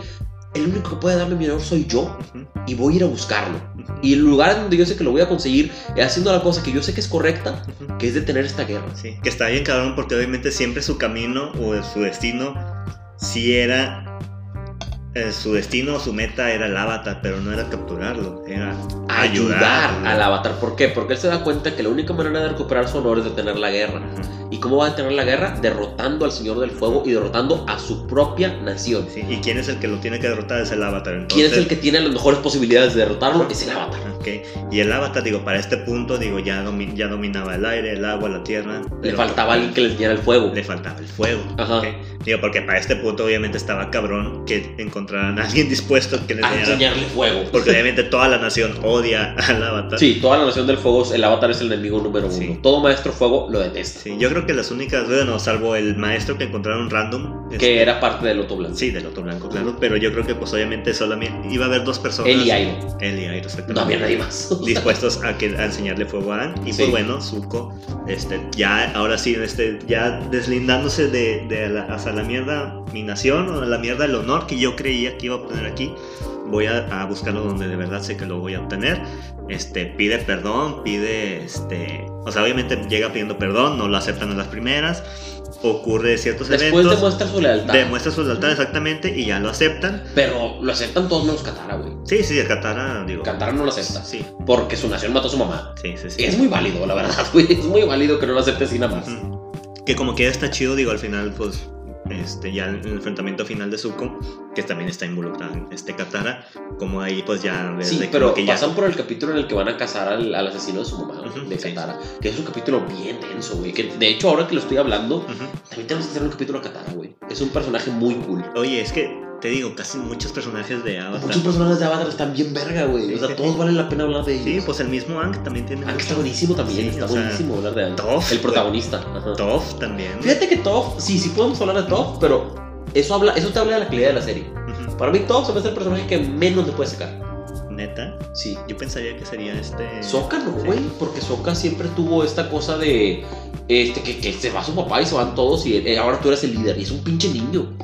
El único que puede darme mi honor soy yo Ujú, y voy a ir a buscarlo. ujú, Y el lugar donde yo sé que lo voy a conseguir es haciendo la cosa que yo sé que es correcta, ujú. que es detener esta guerra. Sí, que está bien cabrón porque obviamente siempre su camino o su destino sí era eh, su destino, su meta era el avatar, pero no era capturarlo, era Ayudar ayudarlo. al avatar. ¿Por qué? Porque él se da cuenta que la única manera de recuperar su honor es detener la guerra. Ajá. ¿Y cómo va a detener la guerra? Derrotando al Señor del Fuego y derrotando a su propia nación. Sí, ¿Y quién es el que lo tiene que derrotar? Es el avatar. Entonces, Pues, ¿Quién es el que tiene las mejores posibilidades de derrotarlo? Es el avatar. Ok, Y el avatar, digo, para este punto, digo, ya, domi- ya dominaba el aire, el agua, la tierra. Le pero- faltaba alguien que le enseñara el fuego. Le faltaba el fuego. Ajá. ok. Digo, porque para este punto obviamente estaba cabrón que encontraran a alguien dispuesto que le A enseñara. enseñarle fuego. Porque obviamente toda la nación odia al avatar. Sí, toda la nación del fuego, el avatar es el enemigo número uno. Sí. Todo maestro fuego lo detesta. Sí, yo creo que las únicas, bueno, salvo el maestro que encontraron random. Que este, era parte del Loto Blanco. Sí, del otro blanco, claro. Pero yo creo que pues obviamente solamente iba a haber dos personas. Él y Airo. Él y Airo, exactamente. No había nadie más. dispuestos a, que, a enseñarle fuego a Aang. Y Sí. pues bueno, Zuko, este, ya, ahora sí, este, ya deslindándose de, de la, hasta la mierda mi nación o la mierda el honor que yo creía que iba a obtener aquí. Voy a, a buscarlo donde de verdad sé que lo voy a obtener. Este, pide perdón, pide, este, o sea, obviamente llega pidiendo perdón, no lo aceptan en las primeras. Ocurre ciertos Después eventos. demuestra su lealtad. Demuestra su lealtad exactamente y ya lo aceptan. Pero lo aceptan todos menos Katara, güey. Sí, sí, el Katara, digo. Katara no lo acepta. Sí, Porque su nación mató a su mamá. sí, sí. sí. Es muy válido, la verdad, güey. Es muy válido que no lo acepte así nada más. Ujú. Que como queda está chido, digo, al final, pues, este, ya el el enfrentamiento final de Zuko, que también está involucrada en este Katara, como ahí, pues ya ves Sí, de pero que ya. pasan por el capítulo en el que van a cazar al, al asesino de su mamá, Ujú, de sí. Katara. Que es un capítulo bien denso, güey. Que de hecho, ahora que lo estoy hablando, Ujú. también tenemos que hacer un capítulo a Katara, güey. Es un personaje muy cool. Oye, es que te digo, casi muchos personajes de Avatar. Muchos personajes de Avatar están bien verga, güey. O sea, todos valen la pena hablar de ellos. Sí, pues el mismo Ang también tiene. Aang mucho- está buenísimo también, Sí, está o sea, buenísimo hablar de Aang. Toph, el güey. protagonista. ajá. Toph también. Fíjate que Toph, sí, sí podemos hablar de Toph, pero eso, habla, eso te habla de la calidad de la serie. Ujú. Para mí, Toph se me hace el personaje que menos le puede sacar. Neta, Sí. yo pensaría que sería este. Sokka no, Sí. güey, porque Sokka siempre tuvo esta cosa de este que, que se va su papá y se van todos y eh, ahora tú eres el líder y es un pinche niño.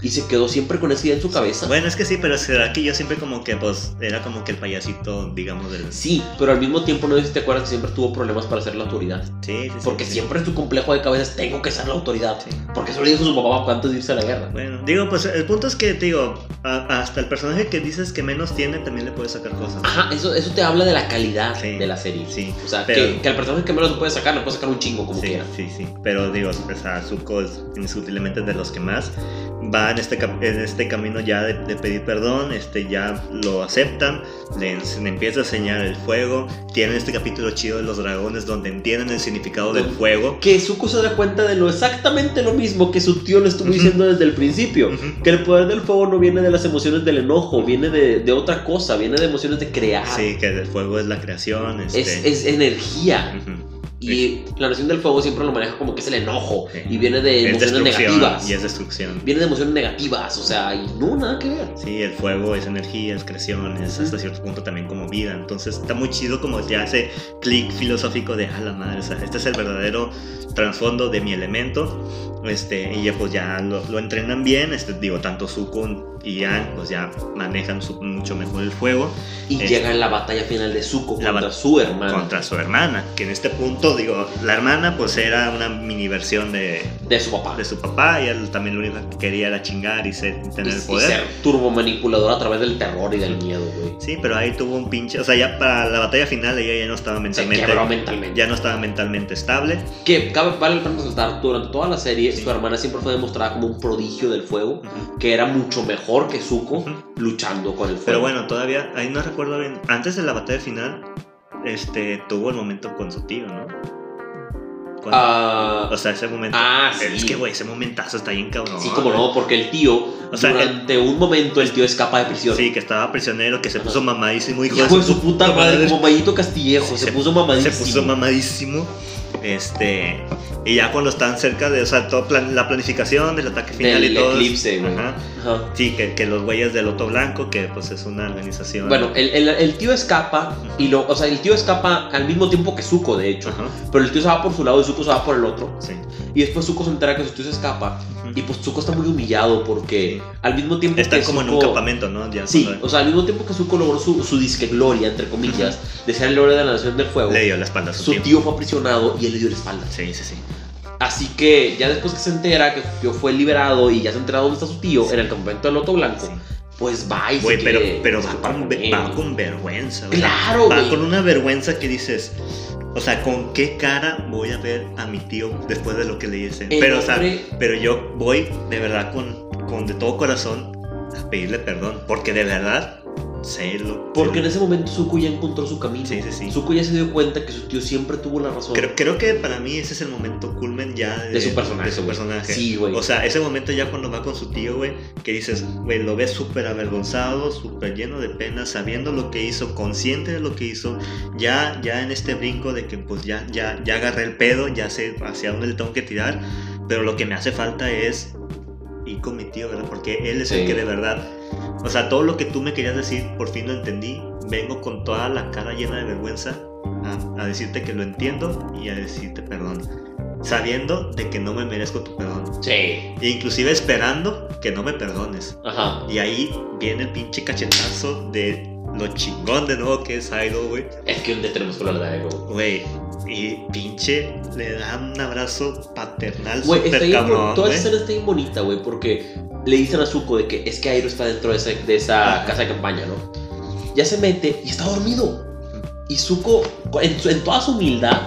Y se quedó siempre con esa idea en su cabeza. Bueno, es que sí, pero será que yo siempre como que, pues, era como que el payasito, digamos, del. Sí, Sí, pero al mismo tiempo no sé si te acuerdas que siempre tuvo problemas para ser la autoridad. sí, sí, Porque sí. siempre tu complejo de cabezas tengo que ser la autoridad. Sí. Porque eso le dijo su papá antes de irse a la guerra. Bueno, digo, pues el punto es que, te digo, a- hasta el personaje que dices que menos tiene también le puedes sacar cosas. Ajá, eso, eso te habla de la calidad Sí. de la serie. Sí, O sea, Pero- que, que al personaje que menos lo puede sacar, lo puede sacar un chingo como sí, quiera. sí, sí. Pero digo, o sea, Zuko es indiscutiblemente de los que más va en este, cap- en este camino ya de, de pedir perdón, este ya lo aceptan, le, ens- le empieza a enseñar el fuego, tienen este capítulo chido de los dragones donde entienden el significado del fuego. Que Zuko se da cuenta de lo exactamente lo mismo que su tío le estuvo Ujú. diciendo desde el principio. Ujú. Que el poder del fuego no viene de las emociones del enojo, viene de, de otra cosa, viene de emociones de crear. Sí, que el fuego es la creación, este... Es, es energía. ujú. Y la noción del fuego siempre lo maneja como que es el enojo. Sí. Y viene de Es emociones destrucción negativas. y es destrucción. Viene de emociones negativas, o sea, y no, nada que ver. Sí, el fuego es energía, es creación, es Ujú. hasta cierto punto también como vida. Entonces está muy chido como ya ese clic filosófico de, a la madre, o sea, este es el verdadero trasfondo de mi elemento. Este, y ya pues ya lo, lo entrenan bien, este, digo, tanto Zuko y Yang pues ya manejan su- mucho mejor el fuego Y Es- llega la batalla final de Zuko La contra bat- su hermana. contra su hermana, que en este punto, digo, la hermana pues era una mini versión de, De su papá. de su papá, y él también lo único que quería era chingar y ser, tener y, el y poder. ser turbomanipulador a través del terror y del miedo, güey. Sí, pero ahí tuvo un pinche. O sea, ya para la batalla final ella ya no estaba Se mentalmente. quebró mentalmente. Ya no estaba mentalmente estable. Que cabe vale la pena resaltar, durante toda la serie, Sí. su hermana siempre fue demostrada como un prodigio del fuego, Ujú. que era mucho mejor que Zuko Ujú. luchando con el fuego. Pero bueno, todavía. Ahí no recuerdo bien. Antes de la batalla final, este tuvo el momento con su tío, ¿no? Cuando- Ah, o sea, ese momento. ah, sí. Es que, güey, ese momentazo está bien cabrón. Sí, como no, porque el tío, O sea, durante un momento, el tío escapa de prisión. Sí, que estaba prisionero, que se puso mamadísimo, hijo, Hijo de su puta madre, como Mayito Castillejo, Sí, se, se- puso mamadísimo. se puso mamadísimo. Este, y ya cuando están cerca de, o sea, todo plan- la planificación del ataque final Del y todo. es- eclipse, güey. Ajá. Ajá. Sí, que, que los güeyes del Loto Blanco, que pues es una organización. Bueno, el, el- el tío escapa y lo, o sea, el tío escapa al mismo tiempo que Zuko, de hecho. Ajá, Pero el tío se va por su lado y Zuko se va por el otro. sí. Y después Zuko se entera que su tío se escapa. Y Ujú. pues Zuko está muy humillado porque al mismo tiempo Están que como en un Zuko- campamento, ¿no? Ya Sí, cuando o sea, al mismo tiempo que Zuko logró su, su disque gloria, entre comillas, de ser el lore de la Nación del Fuego, le dio la espalda a su, su tío. tío fue aprisionado y él le dio la espalda. Sí, sí, sí. Así que ya después que se entera que su tío fue liberado y ya se entera dónde está su tío, Sí. en el campamento del Loto Blanco, Sí. Pues va y se Güey, pero, quiere pero va, disculpar con, él. va con vergüenza. o sea, Claro, Va güey. con una vergüenza que dices, o sea, ¿con qué cara voy a ver a mi tío después de lo que le dicen? El Pero, o sea, hombre- pero yo voy de verdad con, con de todo corazón a pedirle perdón, porque de verdad sé lo Porque sé en lo- ese momento Zuko ya encontró su camino. Sí, sí, sí. Zuko ya se dio cuenta que su tío siempre tuvo la razón. Creo, creo que para mí ese es el momento culmen ya de, De su personaje, de su güey. personaje. Sí, güey. O sea, ese momento ya cuando va con su tío, güey, que dices, güey, lo ves súper avergonzado, súper lleno de pena, sabiendo lo que hizo, consciente de lo que hizo, ya, ya en este brinco de que pues ya, ya, ya agarré el pedo, ya sé hacia dónde le tengo que tirar, pero lo que me hace falta es ir con mi tío, ¿verdad? Porque él es Sí. el que de verdad, o sea, todo lo que tú me querías decir, por fin lo entendí, vengo con toda la cara llena de vergüenza a, a decirte que lo entiendo y a decirte perdón, sabiendo de que no me merezco tu perdón. Sí. E inclusive esperando que no me perdones. Ajá. Y ahí viene el pinche cachetazo de lo chingón de nuevo que es Idol, güey. Es que un día tenemos que hablar de algo. Güey, y pinche le da un abrazo paternal Güey, está súper bien bon- cabrón, Toda güey. esa escena está bien bonita, güey, porque le dicen a Zuko de que es que Airo está dentro de esa, de esa Ajá. casa de campaña, ¿no? Ya se mete y está dormido. Y Zuko, en, su- en toda su humildad,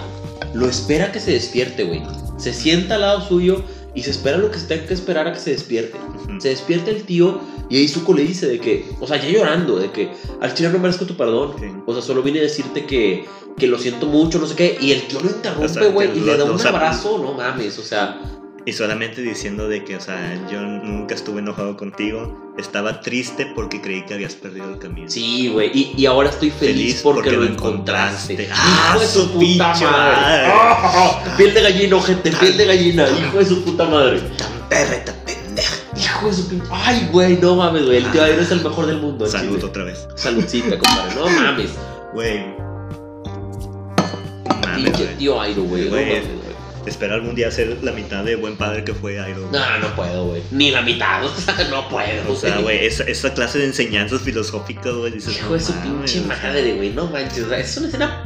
lo espera que se despierte, güey. Se sienta al lado suyo y se espera lo que se tenga que esperar a que se despierte. Ujú. Se despierta el tío y ahí Zuko le dice de que, o sea, ya llorando, de que al chile no merezco tu perdón. Sí. O sea, solo vine a decirte que, que lo siento mucho, no sé qué. Y el tío lo O sea, interrumpe, que güey, y lo- le da lo- un o sea, abrazo, no mames, o sea. Y solamente diciendo de que, o sea, yo nunca estuve enojado contigo, estaba triste porque creí que habías perdido el camino. Sí, güey. Y, y ahora estoy feliz, porque, lo encontraste. ¡Ah, ¡Hijo de su su puta pinche madre! madre! ¡Ah! Piel de gallina, gente, piel de gallina. Hijo de su puta madre. Tan perra, tan pendeja. Hijo de su pinche. Ay, güey, no mames, güey. El tío Aero es el mejor del mundo. al Salud chile. otra vez. Saludcita, compadre. No mames. Güey. Mames, Pinche güey. tío Airo, güey. No Güey. mames, güey. Espero algún día ser la mitad de buen padre que fue Iron. No, no puedo, güey. Ni la mitad. o sea, no puedo. O sea, güey, esa, esa clase de enseñanzas filosóficas, güey, dices. Hijo no de su mames, pinche o sea, madre, güey. No manches. o sea, Es una escena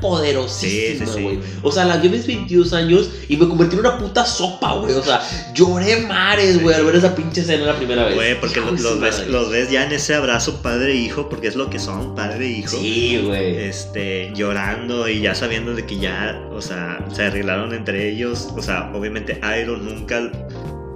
Sí, poderosísima, sí, sí, güey. güey. o sea, la vi a mis 22 años y me convertí en una puta sopa, güey. O sea, lloré mares, güey, al ver esa pinche escena la primera vez. Güey, porque Hijo lo- de los, su ves, madre. los ves ya en ese abrazo padre-hijo, porque es lo que son, padre-hijo. Sí, güey. Este, llorando y ya sabiendo de que ya, o sea, se arreglaron entre ellos. O sea, obviamente Iron nunca.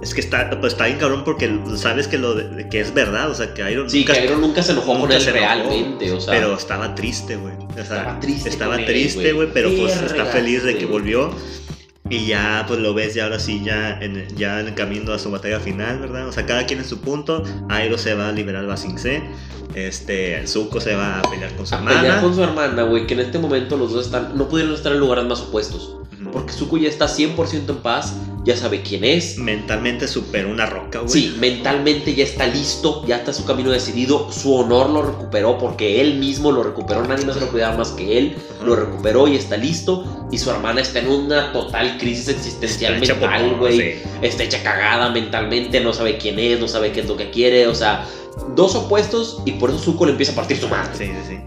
Es que está, pues está bien cabrón porque sabes que lo de- que es verdad, o sea, que Iron Sí, nunca que Iron nunca se enojó con nunca él se enojó, realmente, o sea. Pero estaba triste, güey. O sea, Estaba triste Estaba con él, triste, güey. güey, pero pues Verga, está feliz de que güey. volvió. Y ya, pues lo ves ya ahora sí, ya en, ya en el camino a su batalla final, ¿verdad? O sea, cada quien en su punto. Airo se va a liberar a Sing Se. Este, Zuko se va a pelear con su a pelear hermana. con su hermana, güey, que en este momento los dos están, no pudieron estar en lugares más opuestos. Ujú. Porque Zuko ya está 100% en paz, ya sabe quién es, Mentalmente superó una roca, güey. Sí, mentalmente ya está listo, ya está su camino decidido, su honor lo recuperó porque él mismo lo recuperó, nadie más se lo podía dar más que él, Ajá. lo recuperó y está listo, y su hermana está en una total crisis existencial Está hecha mental, popó, güey, sí. está hecha cagada mentalmente, no sabe quién es, no sabe qué es lo que quiere, o sea, dos opuestos y por eso Zuko le empieza a partir su madre. Sí, sí, sí.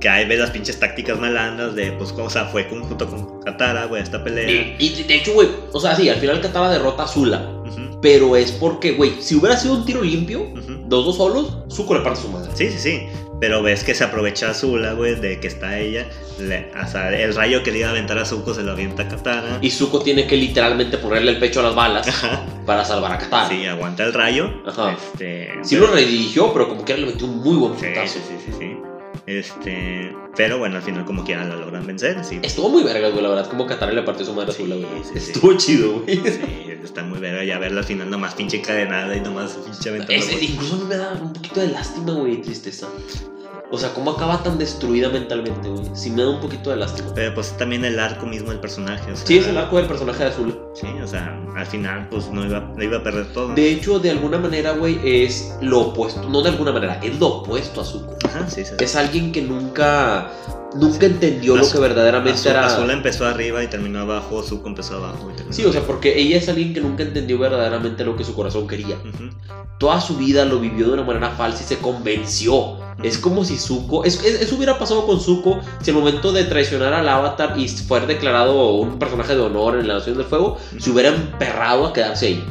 Que ahí ves las pinches tácticas malandras de, pues, como, o sea, fue con- junto con Katara, güey, a esta pelea. Y, y de hecho, güey, o sea, sí, al final Katara derrota a Zula, Ujú, pero es porque, güey, si hubiera sido un tiro limpio, ujú. los dos solos, Zuko le parte su madre. Sí, sí, sí. Pero ves que se aprovecha Azula, güey, de que está ella. Le- o sea, el rayo que le iba a aventar a Zuko se lo avienta a Katana. Y Zuko tiene que literalmente ponerle el pecho a las balas Ajá. para salvar a Katara. Sí, aguanta el rayo. Ajá. Este. Sí lo redirigió, pero como que le metió un muy buen sí, putazo. sí, sí, sí, sí. Este. Pero bueno, al final, como quiera, la logran vencer. Sí. Estuvo muy verga, güey, la verdad. Como Katara le partió su madre a Sí, Zula, güey. sí, sí. Estuvo chido, güey. Sí, está muy verga. Ya verla al final, nomás pinche cadenada y nomás pinche aventarla, Ese- güey. incluso a mí me da un poquito de lástima, güey, y tristeza. O sea, cómo acaba tan destruida mentalmente, güey. Sí me da un poquito de lástima. Pero pues también el arco mismo del personaje. O sea, Sí, es el arco del personaje de Zula. Sí, o sea, al final, pues no iba, no iba a perder todo. De hecho, de alguna manera, güey, es lo opuesto. No de alguna manera, es lo opuesto a Zuko. Ajá, sí, sí. sí. Es alguien que nunca, nunca entendió lo Azul- que verdaderamente Azul, era. Azula empezó arriba y terminó abajo, Zuko empezó abajo y terminó Sí, o sea, porque ella es alguien que nunca entendió verdaderamente lo que su corazón quería. Ujú. Toda su vida lo vivió de una manera falsa y se convenció. Es como si Zuko. es- es- eso hubiera pasado con Zuko si al momento de traicionar al Avatar y fuera declarado un personaje de honor en la Nación del Fuego, se hubiera emperrado a quedarse ahí.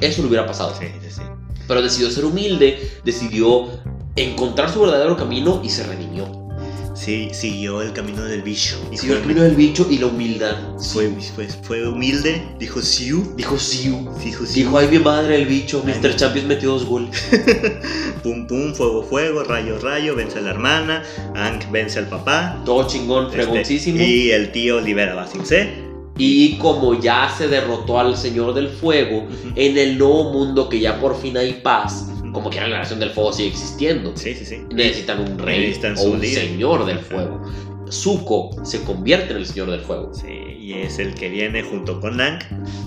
Eso le hubiera pasado. Sí, sí, sí. Pero decidió ser humilde, decidió encontrar su verdadero camino y se redimió. Sí, siguió el camino del bicho. Y Siguió el fue- camino del bicho y la humildad. Fue, fue, fue humilde, dijo Siu. Dijo Siu. Dijo Siu. Dijo, ay mi madre, el bicho, Ay, Mr. mi- Champions metió dos goles. Pum, pum, fuego, fuego, rayo, rayo, vence a la hermana. Ang vence al papá. Todo chingón, Este, fregoncísimo. y el tío libera a Basingse. Y como ya se derrotó al Señor del Fuego, Ujú. en el nuevo mundo que ya por fin hay paz, Ujú. como que la relación del fuego sigue existiendo, Sí, sí, sí. necesitan un rey Necesitan o su un líder. Señor del Ajá. Fuego. Zuko se convierte en el Señor del Fuego, Sí, y es el que viene junto con Ang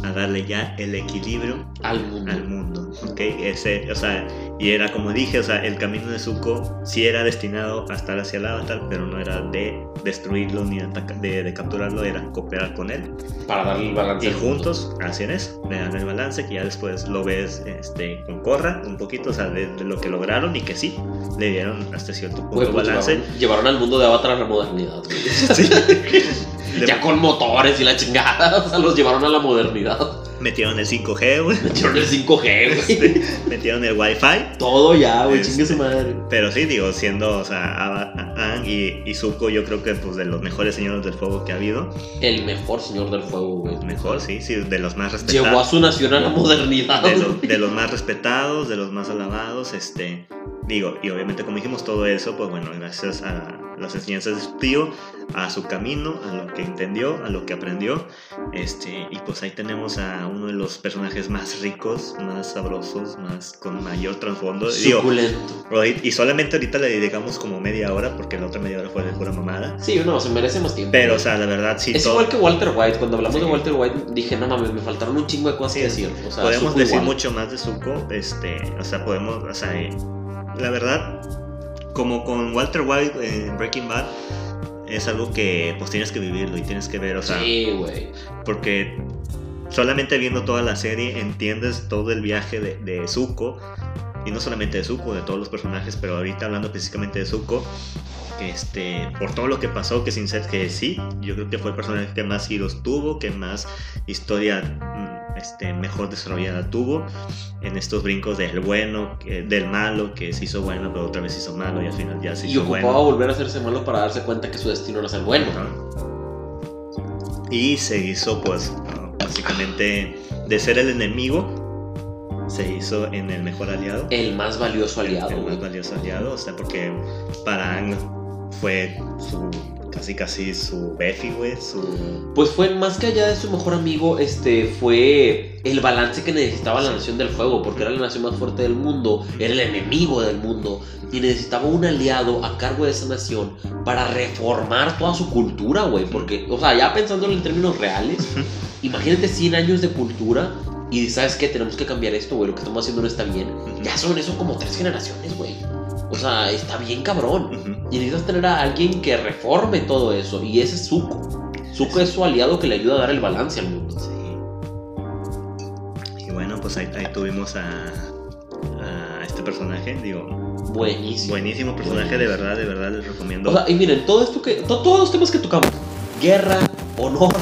a darle ya el equilibrio al mundo. al mundo. ¿ok? Ese, o sea, y era como dije, o sea, el camino de Zuko sí era destinado a estar hacia el avatar, pero no era de destruirlo ni ataca- de, de capturarlo, era cooperar con él. para darle el balance. Y al mundo. juntos hacen eso, le dan el balance que ya después lo ves este, con Corra un poquito, o sea, de, de lo que lograron y que sí, le dieron hasta cierto punto Güey, pues, balance. llevaron, llevaron al mundo de Avatar a la modernidad. güey. Sí. Le Ya con motores y la chingada, o sea, los llevaron a la modernidad. metieron el 5G, güey, Metieron el 5G, güey. metieron el Wi-Fi. Todo ya, güey, Este- chingue su madre. Pero sí, digo, siendo, o sea, Ava- Aang y, y Zuko, yo creo que pues de los mejores señores del fuego que ha habido. El mejor Señor del Fuego, güey. Mejor, sí, sí, de los más Llevó a respetados. su nación a la modernidad. De, lo- de los más respetados, de los más alabados, este. Digo, y obviamente como dijimos todo eso, pues bueno, gracias a las enseñanzas de su tío, a su camino, a lo que entendió, a lo que aprendió. Este, y pues ahí tenemos a uno de los personajes más ricos, más sabrosos, más con mayor trasfondo. Digo, Suculento. Rohit, Y solamente ahorita le dedicamos como media hora, porque la otra media hora fue de pura mamada. Sí, no, se merece más tiempo. Pero, o güey. sea, la verdad, sí, es todo- igual que Walter White. Cuando hablamos Sí. de Walter White, dije, no mames, me faltaron un chingo de cosas Sí, que decir. O sea, podemos Zuko decir igual. mucho más de Zuko. Este, o sea, podemos, o sea, eh, la verdad, como con Walter White en Breaking Bad, es algo que pues tienes que vivirlo y tienes que ver, o sea, Sí, güey. porque solamente viendo toda la serie entiendes todo el viaje de, de Zuko y no solamente de Zuko, de todos los personajes, pero ahorita hablando específicamente de Zuko, que este, por todo lo que pasó, que sin ser que sí, yo creo que fue el personaje que más giros tuvo, que más historia mm, este, mejor desarrollada tuvo, en estos brincos del bueno, que- del malo, que se hizo bueno, pero otra vez se hizo malo y al final ya se y hizo ocupaba bueno. volver a hacerse malo para darse cuenta que su destino era ser bueno. Y se hizo, pues, básicamente, de ser el enemigo, se hizo en el mejor aliado. El más valioso aliado, El más güey. valioso aliado, o sea, porque para Ang fue su, casi casi su Befi, güey, su... Pues fue más que allá de su mejor amigo, este fue el balance que necesitaba la Nación del Fuego, porque era la nación más fuerte del mundo, era el enemigo del mundo, y necesitaba un aliado a cargo de esa nación para reformar toda su cultura, güey. Porque, o sea, ya pensándolo en términos reales, imagínate 100 años de cultura y sabes que tenemos que cambiar esto, güey, lo que estamos haciendo no está bien. Ya son eso como tres generaciones, güey. O sea, está bien cabrón. Ujú. Y necesitas tener a alguien que reforme todo eso. Y ese es Zuko. Zuko es su aliado que le ayuda a dar el balance al mundo. Sí. Y bueno, pues ahí, ahí tuvimos a, a este personaje, digo, Buenísimo. buenísimo personaje, de verdad, de verdad, les recomiendo. O sea, y miren, todo esto que. to- todos los temas que tocamos. Guerra, honor.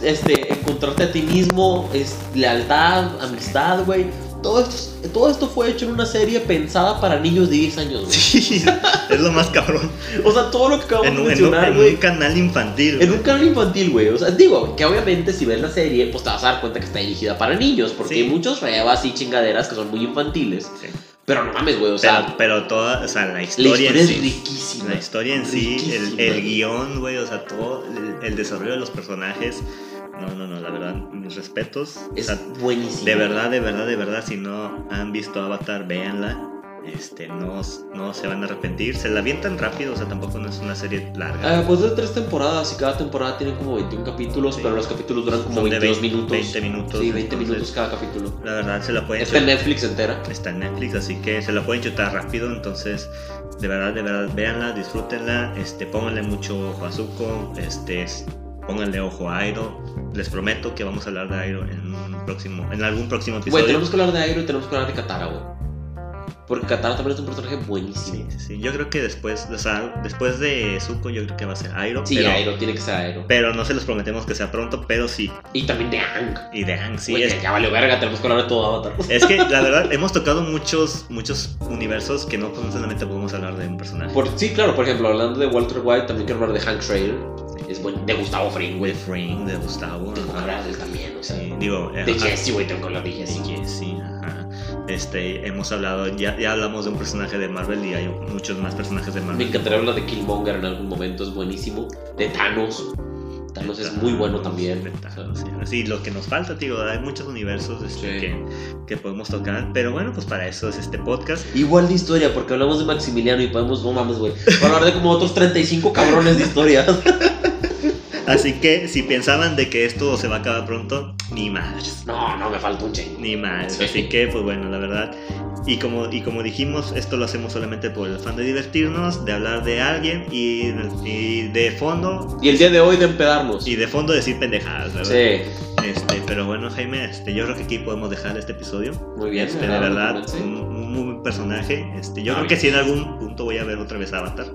Este, encontrarte a ti mismo, es lealtad, amistad, güey. Todo esto, todo esto fue hecho en una serie pensada para niños de 10 años, güey. Sí, es lo más cabrón. O sea, todo lo que acabamos En, un- en de un, mencionar, en güey. un canal infantil. En un canal infantil, güey. O sea, digo, que obviamente si ves la serie, pues te vas a dar cuenta que está dirigida para niños, porque Sí. hay muchos rebas y chingaderas que son muy infantiles. Sí. Pero no mames, güey. O pero, sea, pero toda, o sea, la la historia, historia en es sí. riquísima. La historia en sí, el, Riquísima. el guión, güey, o sea, todo el, el desarrollo de los personajes. No, no, no, la verdad, mis respetos. O Es sea, buenísima. de verdad, de verdad, de verdad, si no han visto Avatar, véanla. Este, no, no se van a arrepentir. Se la avientan rápido, o sea, tampoco no es una serie larga. Ah, pues de tres temporadas y cada temporada tiene como 21 capítulos, Sí. pero los capítulos duran como Son de 22 20 minutos. 20 minutos. sí, 20 entonces, minutos cada capítulo. La verdad, se la pueden Está en chutar. Netflix entera. está en Netflix, así que se la pueden chutar rápido, entonces de verdad, de verdad, véanla, disfrútenla, este, pónganle mucho ojo a Zuko, este, s- pónganle ojo a Airo, les prometo que vamos a hablar de Airo en un próximo, en algún próximo Güey, episodio. tenemos que hablar de Airo y tenemos que hablar de Katara, güey. Porque Katara también es un personaje buenísimo. Sí, sí, sí. Yo creo que después, o sea, después de Zuko, yo creo que va a ser Airo. Sí, pero, Airo, tiene que ser Airo. pero no se los prometemos que sea pronto, pero sí. Y también de Ang. Y de Aang, sí. Güey, es, ya, ya vale verga, tenemos que hablar de todo Avatar. es que la verdad, hemos tocado muchos, muchos universos que no solamente podemos hablar de un personaje. Por, sí, claro, por ejemplo, hablando de Walter White, también quiero hablar de Hank Schrader. Es buen, de Gustavo Fring, güey. De Frank, de Gustavo. Tengo que ajá. hablar de él también, o sea. Sí, digo, eh, De ajá. Jesse, güey, tengo que hablar de Jesse. Sí, que sí, ajá. Este, hemos hablado, ya, ya hablamos de un personaje de Marvel y hay muchos más personajes de Me Marvel. encantaría hablar de Killmonger en algún momento, es buenísimo. De Thanos. Thanos es muy bueno también. o sea. Ventajas, sí. Sí, lo que nos falta, te digo, hay muchos universos este, Sí. que, que podemos tocar, pero bueno, pues para eso es este podcast. Igual de historia, porque hablamos de Maximiliano y podemos, no mames, güey. Para hablar de como otros 35 cabrones de historia. Así que si pensaban de que esto se va a acabar pronto, ni más, No, no, me falta un chingo. ni más. Sí. Así que, pues bueno, la verdad. Y como, y como dijimos, esto lo hacemos solamente por el afán de divertirnos, de hablar de alguien y, y de fondo, Y el día de hoy de empedarnos. y de fondo decir pendejadas, ¿verdad? Sí, Este, pero bueno, Jaime, este, yo creo que aquí podemos dejar este episodio. muy bien. Este, me de agrada, verdad, me convence. un, un muy buen personaje. Este, yo Ah, creo que bien. si en algún punto voy a ver otra vez Avatar,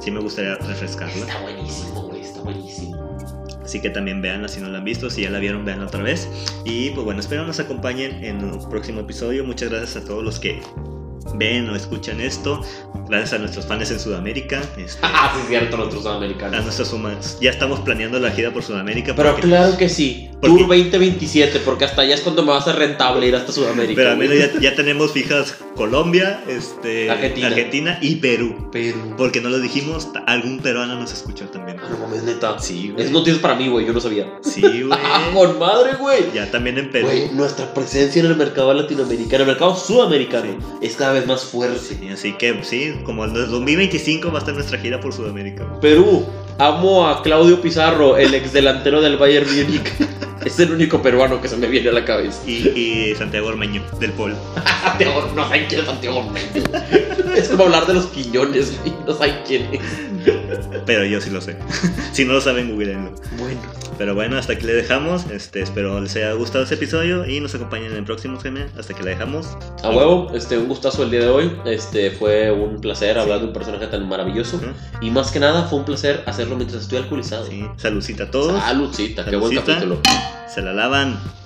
sí me gustaría refrescarla. Está buenísimo, güey, está buenísimo. Así que también véanla si no la han visto, si ya la vieron, véanla otra vez. Y pues bueno, espero nos acompañen en un próximo episodio. Muchas gracias a todos los que ven o escuchan esto. Gracias a nuestros fans en Sudamérica. este, Ah, sí, es cierto, nuestros a americanos. nuestros humanos. Ya estamos planeando la gira por Sudamérica. Pero porque- claro que sí, ¿Por Tour qué? 2027, porque hasta allá es cuando me va a ser rentable ir hasta Sudamérica. Pero al güey. menos ya, ya tenemos fijas Colombia, este, Argentina. Argentina y Perú. Perú. Porque no lo dijimos, ta- algún peruano nos escuchó también. Ah, no mames, neta. Sí, güey. Es noticias para mí, güey, yo no sabía. Sí, güey. ¡Ah, con madre, güey! Ya también en Perú. Güey, nuestra presencia en el mercado latinoamericano, el mercado sudamericano, es cada vez más fuerte. Sí, así que sí, como el 2025 va a estar nuestra gira por Sudamérica. Perú, amo a Claudio Pizarro, el ex delantero del Bayern Múnich. Es el único peruano que se me viene a la cabeza. Y, y Santiago Ormeño, del Pol. Santiago, no saben quién es Santiago Ormeño. Es como hablar de los quiñones, güey, no saben quién es. Pero yo sí lo sé. si no lo saben, googleenlo. Bueno, Pero bueno, hasta aquí le dejamos. Este, espero les haya gustado este episodio y nos acompañen en el próximo, Jaime. Hasta que la dejamos. a huevo, este, un gustazo el día de hoy. Este, fue un placer hablar de un personaje tan maravilloso. Ujú. Y más que nada, fue un placer hacerlo mientras estoy alcoholizado. Sí, Saludcita a todos. Saludcita, qué buen Saludcita. capítulo. Se la lavan.